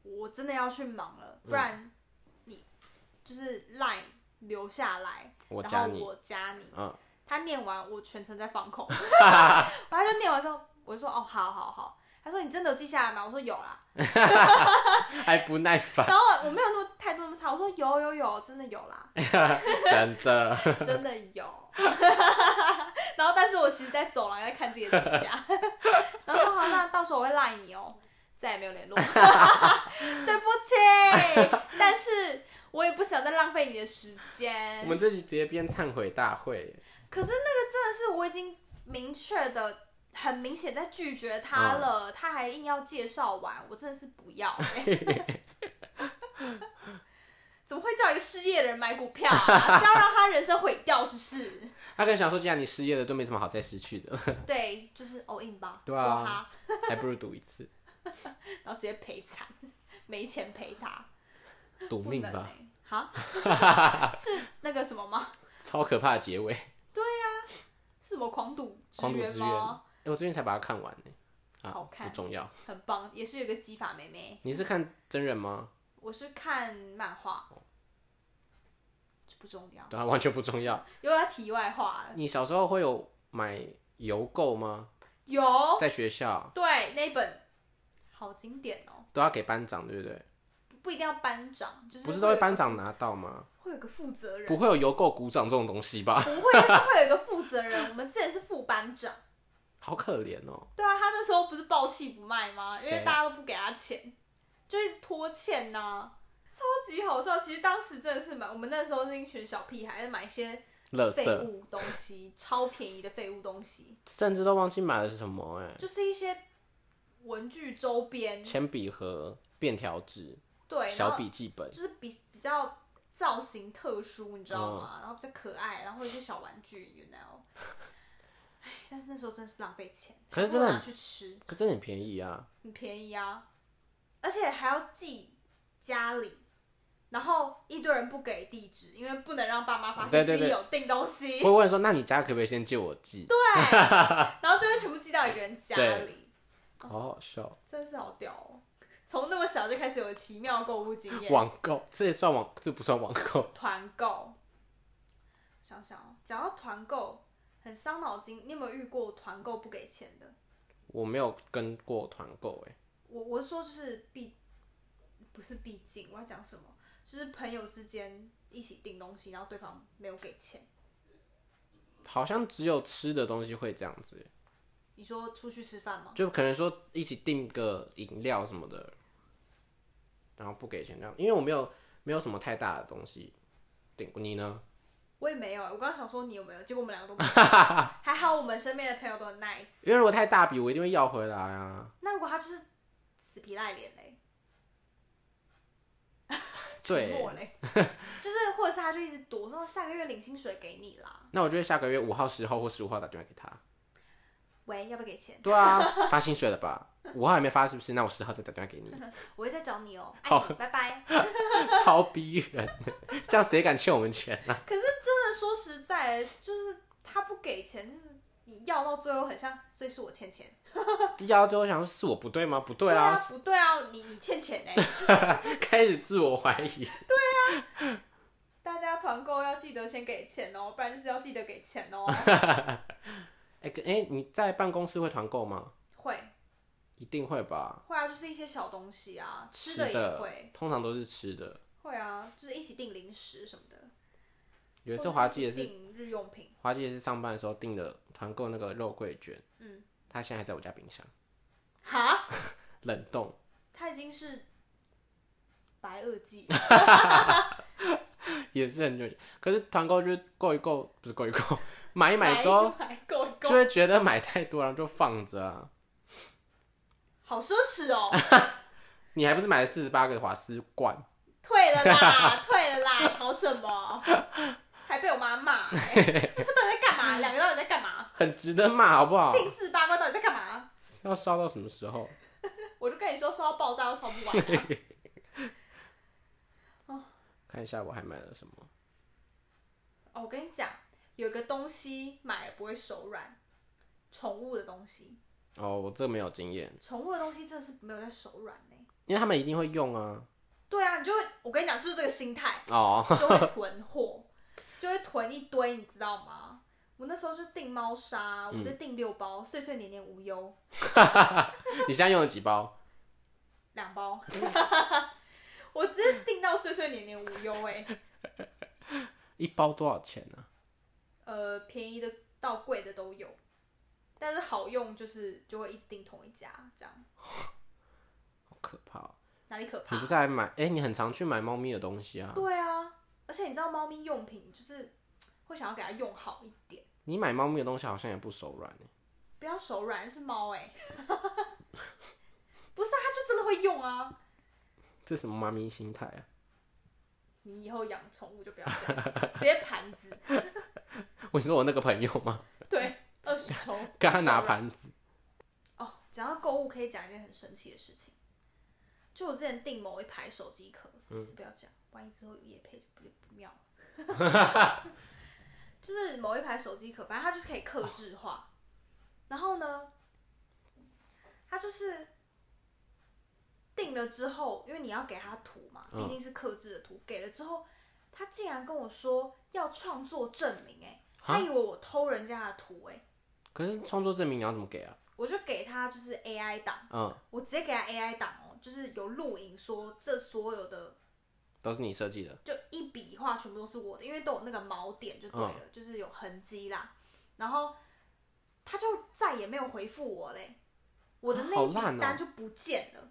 [SPEAKER 1] 我真的要去忙了，不然你就是赖留下来，
[SPEAKER 2] 我
[SPEAKER 1] 然
[SPEAKER 2] 加
[SPEAKER 1] 后
[SPEAKER 2] 你
[SPEAKER 1] 我加你。
[SPEAKER 2] 嗯
[SPEAKER 1] 他念完，我全程在放 空， 他就念完之后，我就说哦，好好好。他说你真的有记下来吗？我说有 啦。
[SPEAKER 2] 还不耐烦，
[SPEAKER 1] 然后我没有那么态度那么差，我说有有有，真的有啦，
[SPEAKER 2] 真 的。
[SPEAKER 1] 真的有。 然 后，但是我其实，在走廊在看自己的指甲，然后说好，那到时候我会赖你哦。再也没有 联络。 对不起，但是我也不想再浪费你的时间
[SPEAKER 2] 我。们这集直接变忏悔大会，
[SPEAKER 1] 可是那个真的是我已经明确的、很明显在拒绝他了，
[SPEAKER 2] 嗯
[SPEAKER 1] 他还硬要介绍完，我真的是不要、 欸怎么会叫一个失业的人买股票啊？是要让他人生毁掉是不是？
[SPEAKER 2] 他跟想说，既然你失业了，都没什么好再失去的，
[SPEAKER 1] 对，就是 all in 吧，
[SPEAKER 2] 对
[SPEAKER 1] 梭
[SPEAKER 2] 啊
[SPEAKER 1] 哈，
[SPEAKER 2] 还不如赌一次，
[SPEAKER 1] 然后直接赔惨，没钱赔他，
[SPEAKER 2] 赌
[SPEAKER 1] 不
[SPEAKER 2] 命
[SPEAKER 1] 能
[SPEAKER 2] 吧，
[SPEAKER 1] 欸哈， 是那个什么吗？
[SPEAKER 2] 超可怕的结尾。
[SPEAKER 1] 是我狂赌之
[SPEAKER 2] 狂赌
[SPEAKER 1] 渊
[SPEAKER 2] 之渊
[SPEAKER 1] 吗？
[SPEAKER 2] 哎、我最近才把它看完呢、啊，
[SPEAKER 1] 好看
[SPEAKER 2] 不重要。
[SPEAKER 1] 很棒，也是有一个技法妹妹。
[SPEAKER 2] 你是看真人吗？
[SPEAKER 1] 我是看漫画，
[SPEAKER 2] 哦
[SPEAKER 1] 这不重要。
[SPEAKER 2] 对啊，完全不重 要。
[SPEAKER 1] 又要题外话了，
[SPEAKER 2] 你小时候会有买邮购吗？
[SPEAKER 1] 有
[SPEAKER 2] 在学校
[SPEAKER 1] 对那本好经典哦，
[SPEAKER 2] 都要给班长，对不对？
[SPEAKER 1] 不不一定要班长，就是
[SPEAKER 2] 不是
[SPEAKER 1] 会
[SPEAKER 2] 都
[SPEAKER 1] 有一
[SPEAKER 2] 会
[SPEAKER 1] 个
[SPEAKER 2] 班长拿到吗？
[SPEAKER 1] 会有个负责人，
[SPEAKER 2] 不会有邮购鼓掌这种东西吧？
[SPEAKER 1] 不会， 但是会有一个负责人。我们之前是副班长，
[SPEAKER 2] 好可怜哦。
[SPEAKER 1] 对啊，他那时候不是抱气不卖吗？因
[SPEAKER 2] 谁
[SPEAKER 1] 为
[SPEAKER 2] 啊
[SPEAKER 1] 大家都不给他钱，就是拖欠呐、超级好笑。其实当时真的是买，我们那时候是一群小屁孩，在买一些
[SPEAKER 2] 垃
[SPEAKER 1] 废
[SPEAKER 2] 圾，
[SPEAKER 1] 物东西，超便宜的废物东西，
[SPEAKER 2] 甚至都忘记买了是什么哎、
[SPEAKER 1] 就是一些文具周边，
[SPEAKER 2] 铅笔盒、便条纸、
[SPEAKER 1] 对，然
[SPEAKER 2] 小
[SPEAKER 1] 后
[SPEAKER 2] 笔记本，
[SPEAKER 1] 就是比比较造型特殊，你知道
[SPEAKER 2] 嗯
[SPEAKER 1] 吗？然后比较可爱，然后一些小玩具，you know。唉但是那时候真是浪费钱，
[SPEAKER 2] 可是真的
[SPEAKER 1] 还
[SPEAKER 2] 很
[SPEAKER 1] 不如拿去吃，
[SPEAKER 2] 可真的很便宜啊。
[SPEAKER 1] 很便宜啊，而且还要寄家里，然后一堆人不给地址，因为不能让爸妈发现
[SPEAKER 2] 对对
[SPEAKER 1] 自己
[SPEAKER 2] 对
[SPEAKER 1] 有订东西，
[SPEAKER 2] 我会问说，那你家可不可以先借我寄？
[SPEAKER 1] 然后就会全部寄到一个人家
[SPEAKER 2] 对
[SPEAKER 1] 里，啊
[SPEAKER 2] 好好笑，
[SPEAKER 1] 真是好屌哦！从那么小就开始有奇妙的购物经验，
[SPEAKER 2] 网购这也算网，这不算网购。
[SPEAKER 1] 团购。想想哦，讲到团购很伤脑筋，你有没有遇过团购不给钱的？
[SPEAKER 2] 我没有跟过团购哎，
[SPEAKER 1] 我我是说就是必不是必竟，我要讲什么？就是朋友之间一起订东西，然后对方没有给钱。
[SPEAKER 2] 好像只有吃的东西会这样子欸，
[SPEAKER 1] 你说出去吃饭吗？
[SPEAKER 2] 就可能说一起订个饮料什么的，然后不给钱这样，因为我没有没有什么太大的东西订过。你呢？
[SPEAKER 1] 我也没有欸，我刚刚想说你有没有，结果我们两个都没有。还好我们身边的朋友都很 nice。
[SPEAKER 2] 因为如果太大笔，我一定会要回来啊。
[SPEAKER 1] 那如果他就是死皮赖脸嘞，沉
[SPEAKER 2] 对
[SPEAKER 1] 默，嘞，就是或者是他就一直躲，说下个月领薪水给你啦，
[SPEAKER 2] 那我就会下个月五号、十号或十五号打电话给他。
[SPEAKER 1] 喂，要不要给钱？
[SPEAKER 2] 对啊，发薪水了吧？五号还没发是不是？那我十号再打电话给你，
[SPEAKER 1] 我会再找你哦、爱
[SPEAKER 2] 好
[SPEAKER 1] 你，拜拜。
[SPEAKER 2] 超逼人的，这样谁敢欠我们钱啊？
[SPEAKER 1] 可是真的说实在的，就是他不给钱，就是你要到最后很像，所以是我欠钱。
[SPEAKER 2] 第二最后想说是我不对吗？不对啊
[SPEAKER 1] 啊，，不对啊，你你欠钱欸嘞。
[SPEAKER 2] 开始自我怀疑。
[SPEAKER 1] 大家团购要记得先给钱哦、不然就是要记得给钱 哦、
[SPEAKER 2] 哎、跟哎、你在办公室会团购吗？
[SPEAKER 1] 会
[SPEAKER 2] 一定会吧，
[SPEAKER 1] 会啊，就是一些小东西啊，吃
[SPEAKER 2] 的
[SPEAKER 1] 的也会。
[SPEAKER 2] 通常都是吃的。
[SPEAKER 1] 会啊，就是一起订零食什么的。
[SPEAKER 2] 有一次
[SPEAKER 1] 或
[SPEAKER 2] 华记
[SPEAKER 1] 一
[SPEAKER 2] 也
[SPEAKER 1] 起
[SPEAKER 2] 是，
[SPEAKER 1] 订日用品，
[SPEAKER 2] 华记也是上班的时候订的团购那个肉桂卷，
[SPEAKER 1] 嗯，
[SPEAKER 2] 它现在还在我家冰箱
[SPEAKER 1] 哈，
[SPEAKER 2] 冷冻，
[SPEAKER 1] 它已经是白垩纪，
[SPEAKER 2] 也是很久以前。可是团购就是购一购，不是购一购， 买一买
[SPEAKER 1] 买
[SPEAKER 2] 之后
[SPEAKER 1] 买够一
[SPEAKER 2] 就
[SPEAKER 1] 够，
[SPEAKER 2] 会觉得买太多，然后就放着啊。
[SPEAKER 1] 好奢侈哦，
[SPEAKER 2] 你还不是买了四十八个华丝罐？
[SPEAKER 1] 退了啦，退了啦，吵什么？还被我妈骂、欸，我说到底在干嘛？两个到底在干嘛？
[SPEAKER 2] 很值得骂，好不好？
[SPEAKER 1] 定四八八到底在干嘛？
[SPEAKER 2] 要烧到什么时候？
[SPEAKER 1] 我就跟你说，说到爆炸都烧不完啊、
[SPEAKER 2] 看一下我还买了什么。
[SPEAKER 1] 哦，我跟你讲，有个东西买了不会手软，宠物的东西，
[SPEAKER 2] 哦，我这没有经验，
[SPEAKER 1] 宠物的东西真的是没有在手软呢、
[SPEAKER 2] 因为他们一定会用啊。
[SPEAKER 1] 对啊，你就会，我跟你讲，就是这个心态，
[SPEAKER 2] 哦，
[SPEAKER 1] 就会囤货，就会囤一堆，你知道吗？我那时候就订猫砂，我直接订六包，岁岁年年无忧
[SPEAKER 2] 你现在用了几包？
[SPEAKER 1] 两 包， 我直接订到岁岁年年无忧哎、
[SPEAKER 2] 一包多少钱啊呢、
[SPEAKER 1] 呃，便宜的到贵的都有，但是好用就是就会一直订同一家这样。
[SPEAKER 2] 可怕哦！
[SPEAKER 1] 哪里可怕
[SPEAKER 2] 你不？是还买？哎、你很常去买猫咪的东西啊？
[SPEAKER 1] 对啊，而且你知道猫咪用品就是会想要给它用好一点，
[SPEAKER 2] 你买猫咪的东西好像也不手软欸
[SPEAKER 1] 不要手软是猫哎、 不是啊，它就真的会用啊。
[SPEAKER 2] 这什么妈咪心态啊？
[SPEAKER 1] 你以后养宠物就不要这样，直接盘子，
[SPEAKER 2] 我你说我那个朋友吗？
[SPEAKER 1] 对，二十 抽，
[SPEAKER 2] 跟他拿
[SPEAKER 1] 手软
[SPEAKER 2] 盘子，
[SPEAKER 1] 哦，讲到购物，可以讲一件很神奇的事情。就我之前订某一排手机壳，嗯，不要讲，万一之后有夜配就不不妙了。 就是某一排手机壳，反正它就是可以克制化。然后呢，它就是订了之后，因为你要给它图嘛，
[SPEAKER 2] 嗯
[SPEAKER 1] 毕竟是克制的图，给了之后，他竟然跟我说要创作证明、哎，他以为我偷人家的图、哎，
[SPEAKER 2] 可是创作证明你要怎么给啊？
[SPEAKER 1] 我就给他就是 AI 档。
[SPEAKER 2] 嗯，
[SPEAKER 1] 我直接给他 AI 档哦，就是有录影说这所有的
[SPEAKER 2] 都是你设计的，
[SPEAKER 1] 就一笔一画全部都是我的，因为都有那个锚点就对了，
[SPEAKER 2] 嗯
[SPEAKER 1] 就是有痕迹啦。然后他就再也没有回复我嘞，我的那
[SPEAKER 2] 好
[SPEAKER 1] 一
[SPEAKER 2] 烂
[SPEAKER 1] 笔
[SPEAKER 2] 哦
[SPEAKER 1] 单就不见了，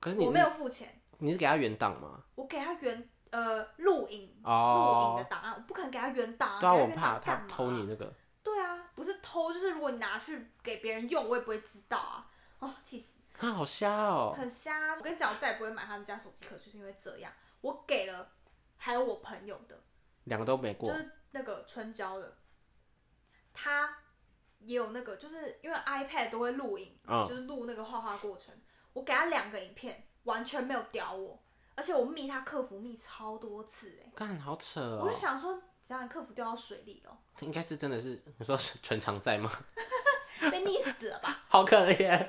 [SPEAKER 2] 可是你
[SPEAKER 1] 我没有付钱，
[SPEAKER 2] 你是给他原档吗？
[SPEAKER 1] 我给他原呃录影录、
[SPEAKER 2] 哦
[SPEAKER 1] 影的档案，我不肯给他原档啊，
[SPEAKER 2] 对啊，
[SPEAKER 1] 给
[SPEAKER 2] 我
[SPEAKER 1] 他原
[SPEAKER 2] 怕
[SPEAKER 1] 档
[SPEAKER 2] 他
[SPEAKER 1] 干嘛？
[SPEAKER 2] 偷你那个，
[SPEAKER 1] 对啊，不是偷，就是如果你拿去给别人用，我也不会知道啊。哦，气死！
[SPEAKER 2] 他好瞎哦、
[SPEAKER 1] 很瞎。我跟你讲，我再也不会买他们家手机壳，就是因为这样。我给了，还有我朋友的，
[SPEAKER 2] 两个都没过
[SPEAKER 1] 就，是那个春娇的，他也有那个，就是因为 iPad 都会录影，
[SPEAKER 2] 嗯
[SPEAKER 1] 就是录那个画画过程。我给他两个影片，完全没有屌我，而且我密他客服密超多次哎、
[SPEAKER 2] 干好扯哦、
[SPEAKER 1] 我就想说，怎样客服掉到水里了，
[SPEAKER 2] 他应该是真的是你说是纯常在吗？
[SPEAKER 1] 被溺死了吧？
[SPEAKER 2] 好可怜，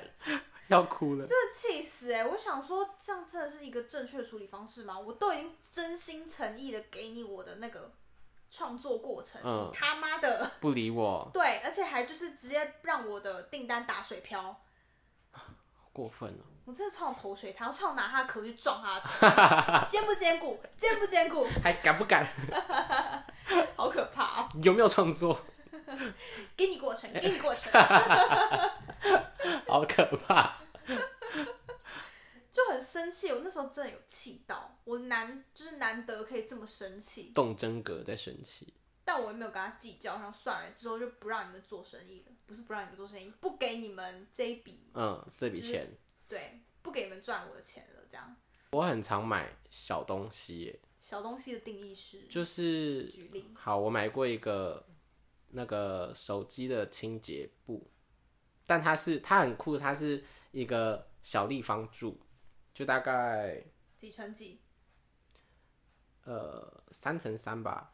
[SPEAKER 2] 要哭了。
[SPEAKER 1] 真的气死哎、我想说，这样真的是一个正确的处理方式吗？我都已经真心诚意的给你我的那个创作过程，
[SPEAKER 2] 嗯
[SPEAKER 1] 你他妈的
[SPEAKER 2] 不理我，
[SPEAKER 1] 对，而且还就是直接让我的订单打水漂，
[SPEAKER 2] 好过分哦、
[SPEAKER 1] 我真的超想投水他，我超想拿他的壳去撞他的头，坚不坚固，坚不坚固，
[SPEAKER 2] 还敢不敢？
[SPEAKER 1] 好可怕哦！
[SPEAKER 2] 有没有创作？
[SPEAKER 1] 给你过程，给你过程，
[SPEAKER 2] 好可怕！
[SPEAKER 1] 就很生气。我那时候真的有气到，我难就是难得可以这么生气，
[SPEAKER 2] 动真格在生气，
[SPEAKER 1] 但我也没有跟他计较，然后算了，之后就不让你们做生意了，不是不让你们做生意，不给你们这一笔，
[SPEAKER 2] 嗯，这笔钱
[SPEAKER 1] 对，不给你们赚我的钱了，这样。
[SPEAKER 2] 我很常买小东西耶，
[SPEAKER 1] 小东西的定义是，
[SPEAKER 2] 就是
[SPEAKER 1] 举例
[SPEAKER 2] 好，我买过一个那个手机的清洁布，但它是它很酷，它是一个小立方柱，就大概
[SPEAKER 1] 几乘几，
[SPEAKER 2] 呃三乘三吧，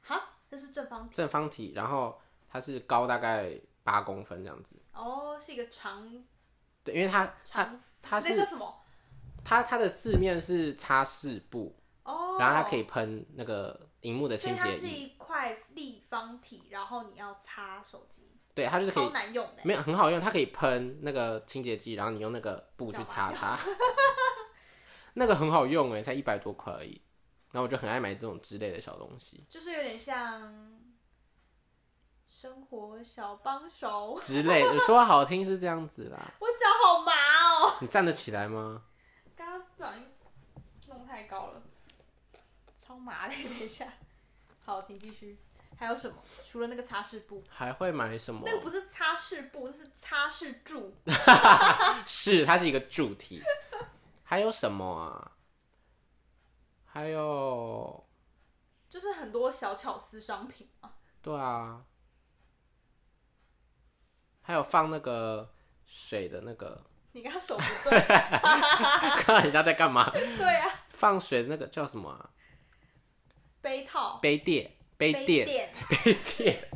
[SPEAKER 1] 哈，那是正方体，
[SPEAKER 2] 正方体，然后它是高大概八公分这样子。
[SPEAKER 1] 哦，是一个长
[SPEAKER 2] 对，因为它它
[SPEAKER 1] 长，
[SPEAKER 2] 它
[SPEAKER 1] 那
[SPEAKER 2] 是
[SPEAKER 1] 叫什么？
[SPEAKER 2] 它它的四面是擦拭布，
[SPEAKER 1] 哦，
[SPEAKER 2] 然后它可以喷那个荧幕的
[SPEAKER 1] 所
[SPEAKER 2] 清
[SPEAKER 1] 以它
[SPEAKER 2] 洁
[SPEAKER 1] 是
[SPEAKER 2] 液，
[SPEAKER 1] 一块立方体，然后你要擦手机，
[SPEAKER 2] 对，它就是可以
[SPEAKER 1] 超难用的，
[SPEAKER 2] 没有很好用，它可以喷那个清洁剂，然后你用那个布去擦它， 那个很好用哎，才一百多块而已。然后我就很爱买这种之类的小东西
[SPEAKER 1] 就是有点像生活小帮手。
[SPEAKER 2] 之类的，说好听是这样子啦。
[SPEAKER 1] 我脚好麻哦。
[SPEAKER 2] 你站得起来吗？
[SPEAKER 1] 刚刚不小心弄太高了，超麻的。等一下，好，请继续。还有什么？除了那个擦拭布，
[SPEAKER 2] 还会买什么
[SPEAKER 1] 那？个不是擦拭布，那是擦拭柱。
[SPEAKER 2] 是，它是一个主题。还有什么啊？还有，
[SPEAKER 1] 就是很多小巧思商品啊，
[SPEAKER 2] 对啊，还有放那个水的那个，
[SPEAKER 1] 你跟他手不对，
[SPEAKER 2] 看人家在干嘛？
[SPEAKER 1] 对啊，
[SPEAKER 2] 放水的那个叫什么、啊？
[SPEAKER 1] 杯套、
[SPEAKER 2] 杯垫，杯垫，
[SPEAKER 1] 垫、
[SPEAKER 2] 杯垫，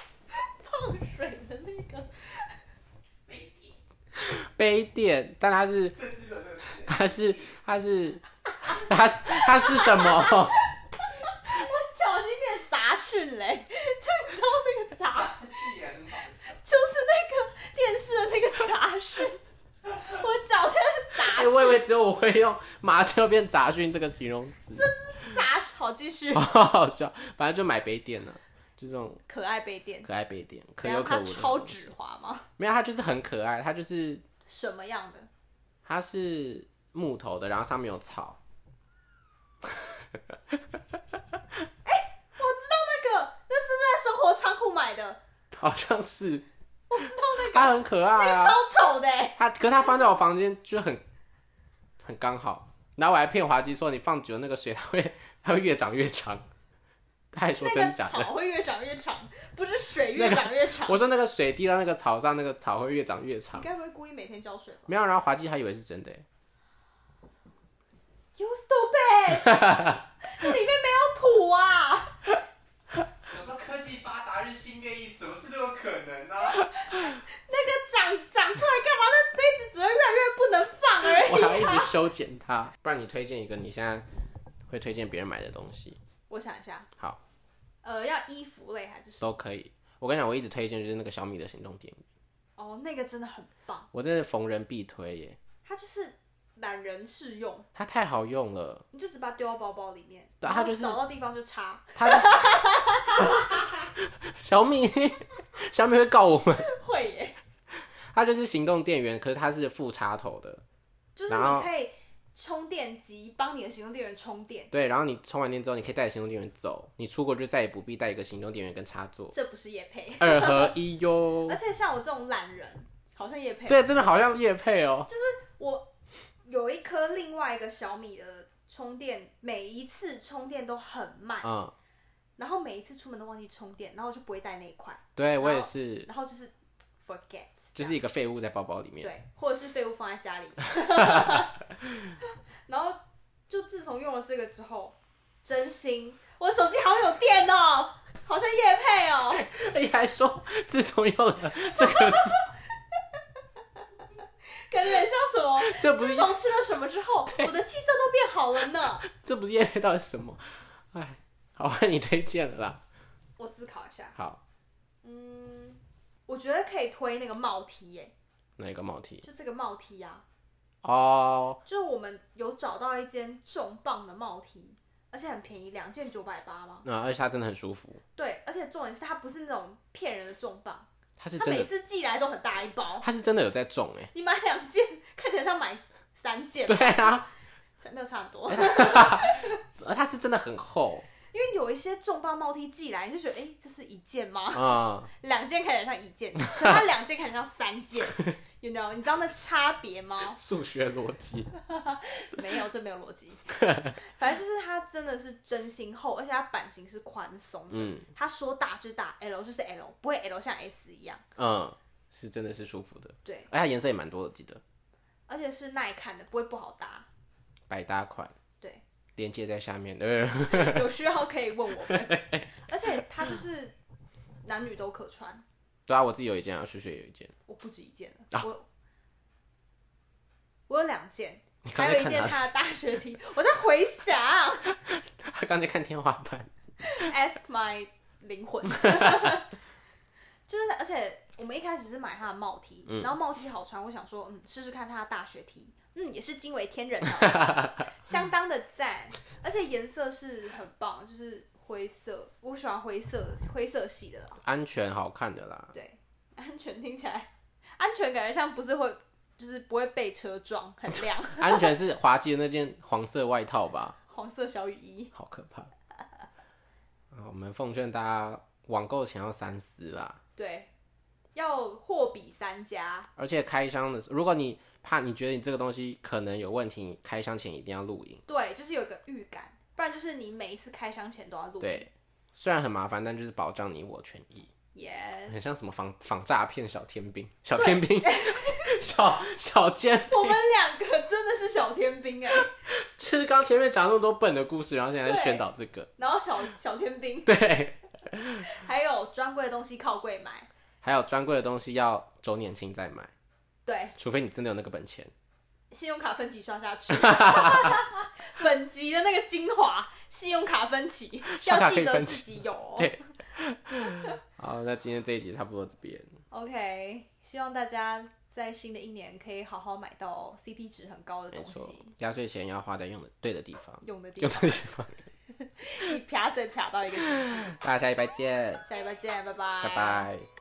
[SPEAKER 1] 放水的那个，
[SPEAKER 3] 没底，
[SPEAKER 2] 杯垫，但它是
[SPEAKER 3] 甚至有这个字，
[SPEAKER 2] 它是它是它是 它是什么？
[SPEAKER 1] 脚已经变杂讯嘞，就你知道那个杂，
[SPEAKER 3] 气人好笑。
[SPEAKER 1] 就是那个电视的那个杂讯，我脚现在是杂
[SPEAKER 2] 哎、
[SPEAKER 1] 讯，
[SPEAKER 2] 我以为只有我会用麻将变杂讯这个形容词，
[SPEAKER 1] 杂讯，好继续，
[SPEAKER 2] 好好笑。反正就买杯垫了、就这种
[SPEAKER 1] 可爱杯垫。
[SPEAKER 2] 可爱杯垫，可
[SPEAKER 1] 然
[SPEAKER 2] 有
[SPEAKER 1] 后
[SPEAKER 2] 可
[SPEAKER 1] 它
[SPEAKER 2] 无的。
[SPEAKER 1] 超指滑吗？
[SPEAKER 2] 没有，它就是很可爱，它就是
[SPEAKER 1] 什么样的？
[SPEAKER 2] 它是木头的，然后上面有草。
[SPEAKER 1] 我知道那个，那是不是在生活仓库买的？
[SPEAKER 2] 好像是，
[SPEAKER 1] 我知道那个，
[SPEAKER 2] 它很可
[SPEAKER 1] 那
[SPEAKER 2] 爱
[SPEAKER 1] 个
[SPEAKER 2] 啊。
[SPEAKER 1] 超丑的、欸，
[SPEAKER 2] 它可是它放在我房间就很很刚好，然后我还骗滑稽说你放久了那个水它 会它会越长越长，他还说
[SPEAKER 1] 那
[SPEAKER 2] 真的
[SPEAKER 1] 个
[SPEAKER 2] 假的？
[SPEAKER 1] 草会越长越 长，不是水
[SPEAKER 2] 那
[SPEAKER 1] 越
[SPEAKER 2] 个
[SPEAKER 1] 长越长。
[SPEAKER 2] 我说那个水滴到那个草上，那个草会越长越
[SPEAKER 1] 你
[SPEAKER 2] 长。
[SPEAKER 1] 该不会故意每天浇水吧
[SPEAKER 2] 没有，然后滑稽还以为是真的欸，
[SPEAKER 1] ？You stupid！那里面没有土啊！
[SPEAKER 3] 想说科技发达，日新月异，什么事都有可能啊！
[SPEAKER 1] 那个长长出来干嘛？那杯子只会越来越不能放而
[SPEAKER 2] 我还
[SPEAKER 1] 已、
[SPEAKER 2] 一
[SPEAKER 1] 啊。
[SPEAKER 2] 直修剪它。不然你推荐一个你现在会推荐别人买的东西，
[SPEAKER 1] 我想一下，
[SPEAKER 2] 好
[SPEAKER 1] 呃，要衣服类还是什么？
[SPEAKER 2] 都可以。我跟你讲，我一直推荐就是那个小米的行动电源，
[SPEAKER 1] 哦，那个真的很棒，
[SPEAKER 2] 我真的逢人必推耶，
[SPEAKER 1] 它就是懒人适用，
[SPEAKER 2] 它太好用了。
[SPEAKER 1] 你就只把它丢到包包里面，
[SPEAKER 2] 对啊
[SPEAKER 1] 然
[SPEAKER 2] 它
[SPEAKER 1] 后
[SPEAKER 2] 就是
[SPEAKER 1] 找到地方就插。
[SPEAKER 2] 它的 小米， 小米会告我们。
[SPEAKER 1] 会耶，
[SPEAKER 2] 它就是行动电源，可是它是副插头的，
[SPEAKER 1] 就是
[SPEAKER 2] 然后
[SPEAKER 1] 你可以充电机帮你的行动电源充电，
[SPEAKER 2] 对。然后你充完电之后，你可以带着行动电源走，你出国就再也不必带一个行动电源跟插座。
[SPEAKER 1] 这不是叶配。
[SPEAKER 2] 二合一哟
[SPEAKER 1] 而。且像我这种懒人，好像叶配。
[SPEAKER 2] 对，真的好像叶配哦。
[SPEAKER 1] 我有一颗另外一个小米的充电，每一次充电都很慢，
[SPEAKER 2] 嗯，
[SPEAKER 1] 然后每一次出门都忘记充电，然后我就不会带那一块，
[SPEAKER 2] 对我也是，
[SPEAKER 1] 然后就是 forget，
[SPEAKER 2] 就是一个废物在包包里面。
[SPEAKER 1] 对，或者是废物放在家 里。然后就自从用了这个之后，真心我的手机好有电哦，好像叶配哦。
[SPEAKER 2] 你哎还说自从用了这个，
[SPEAKER 1] 感觉很像什么？
[SPEAKER 2] 这不是
[SPEAKER 1] 自从吃了什么之后，我的气色都变好了呢。
[SPEAKER 2] 这不是叶配到底是什么？哎，好，换你推荐了啦。
[SPEAKER 1] 我思考一下，
[SPEAKER 2] 好，
[SPEAKER 1] 嗯，我觉得可以推那个帽 T 耶、
[SPEAKER 2] 哪一个帽 T？
[SPEAKER 1] 就这个帽 T 啊，
[SPEAKER 2] 哦，
[SPEAKER 1] 就是我们有找到一间重磅的帽 T，而且很便宜，两件九百八嘛。
[SPEAKER 2] 那、而且它真的很舒服，
[SPEAKER 1] 对，而且重点是它不是那种骗人的重磅，
[SPEAKER 2] 它是
[SPEAKER 1] 它
[SPEAKER 2] 真
[SPEAKER 1] 每
[SPEAKER 2] 的，
[SPEAKER 1] 次寄来都很大一包，
[SPEAKER 2] 它是真的有在中哎、
[SPEAKER 1] 你买两件看起来像买三件，
[SPEAKER 2] 对啊，
[SPEAKER 1] 没有差很多。
[SPEAKER 2] 而它是真的很厚
[SPEAKER 1] 因为有一些重磅帽 T 寄来，你就觉得哎、诶这是一件吗？
[SPEAKER 2] 啊、
[SPEAKER 1] 两件看起来像一 件，可它两件看起来像三件，you know，你知道那差别 吗？
[SPEAKER 2] 数学逻辑，
[SPEAKER 1] 没有，这没有逻辑。反正就是它真的是真心厚，而且它版型是宽松的。
[SPEAKER 2] 嗯
[SPEAKER 1] 它说大就是大，L 就是 L，不会 L 像 S 一样。
[SPEAKER 2] 嗯，是真的是舒服的，哎
[SPEAKER 1] 对，
[SPEAKER 2] 而且它颜色也蛮多的，记得
[SPEAKER 1] 而且是耐看的，不会不好 搭。
[SPEAKER 2] 百搭款，
[SPEAKER 1] 对，
[SPEAKER 2] 链接在下面，呃，
[SPEAKER 1] 有需要可以问我们。而且它就是男女都可穿，
[SPEAKER 2] 对啊，我自己有一件啊，雪雪也有一件，
[SPEAKER 1] 我不止一件了，
[SPEAKER 2] 啊
[SPEAKER 1] 我我有两件。
[SPEAKER 2] 刚
[SPEAKER 1] 还
[SPEAKER 2] 才
[SPEAKER 1] 有一
[SPEAKER 2] 看
[SPEAKER 1] 件
[SPEAKER 2] 哪
[SPEAKER 1] 他 的大学 T，我在回想
[SPEAKER 2] 他刚才看天花板，
[SPEAKER 1] ，ask my 灵 魂，就是而且我们一开始是买他的帽 T，、然后
[SPEAKER 2] 嗯
[SPEAKER 1] 帽 T 好穿，我想说嗯试试看他的大学 T，嗯也是惊为天人、哦， 相当的赞，而且颜色是很棒，就是灰色，我喜欢灰色灰色系的啦，
[SPEAKER 2] 安全好看的啦。
[SPEAKER 1] 对， 安全听起来 安全感觉像不是会就是不会被车撞，很亮，
[SPEAKER 2] 安全是滑稽的那件黄色外套吧，
[SPEAKER 1] 黄色小雨衣。
[SPEAKER 2] 好可怕。啊，我们奉劝大家网购前要三思啦，
[SPEAKER 1] 对，要货比三家。
[SPEAKER 2] 而且开箱的时候，如果你怕你觉得你这个东西可能有问题，你开箱前一定要录影。
[SPEAKER 1] 对，就是有一个预感，不然就是你每一次开箱前都要录。
[SPEAKER 2] 对，虽然很麻烦，但就是保障你我权益。
[SPEAKER 1] ，Yes，
[SPEAKER 2] 很像什么防防诈骗小天兵，小天兵， 小小尖，
[SPEAKER 1] 我们两个真的是小天兵哎、
[SPEAKER 2] 就是刚前面讲那么多笨的故事，然后现在在
[SPEAKER 1] 对
[SPEAKER 2] 宣导这个，
[SPEAKER 1] 然后小小天兵，
[SPEAKER 2] 对。
[SPEAKER 1] 还有专柜的东西靠柜买。
[SPEAKER 2] 还有专柜的东西要周年庆再买，
[SPEAKER 1] 对，
[SPEAKER 2] 除非你真的有那个本钱。
[SPEAKER 1] 信用卡分期刷下 去，本集的那个精华，信用卡分期
[SPEAKER 2] 刷
[SPEAKER 1] 要
[SPEAKER 2] 卡可以
[SPEAKER 1] 记得
[SPEAKER 2] 分
[SPEAKER 1] 自
[SPEAKER 2] 期
[SPEAKER 1] 己有、哦。
[SPEAKER 2] 对好，那今天这一集差不多这边，
[SPEAKER 1] OK，希望大家在新的一年可以好好买到 CP 值很高的
[SPEAKER 2] 没
[SPEAKER 1] 东
[SPEAKER 2] 错
[SPEAKER 1] 西，，
[SPEAKER 2] 压岁钱要花在用的对的地方，
[SPEAKER 1] 用的地
[SPEAKER 2] 用
[SPEAKER 1] 方，
[SPEAKER 2] 的地方。
[SPEAKER 1] 你啪嘴啪到一个极致。
[SPEAKER 2] 大家下礼拜见，
[SPEAKER 1] 下礼拜见，拜拜，
[SPEAKER 2] 拜拜。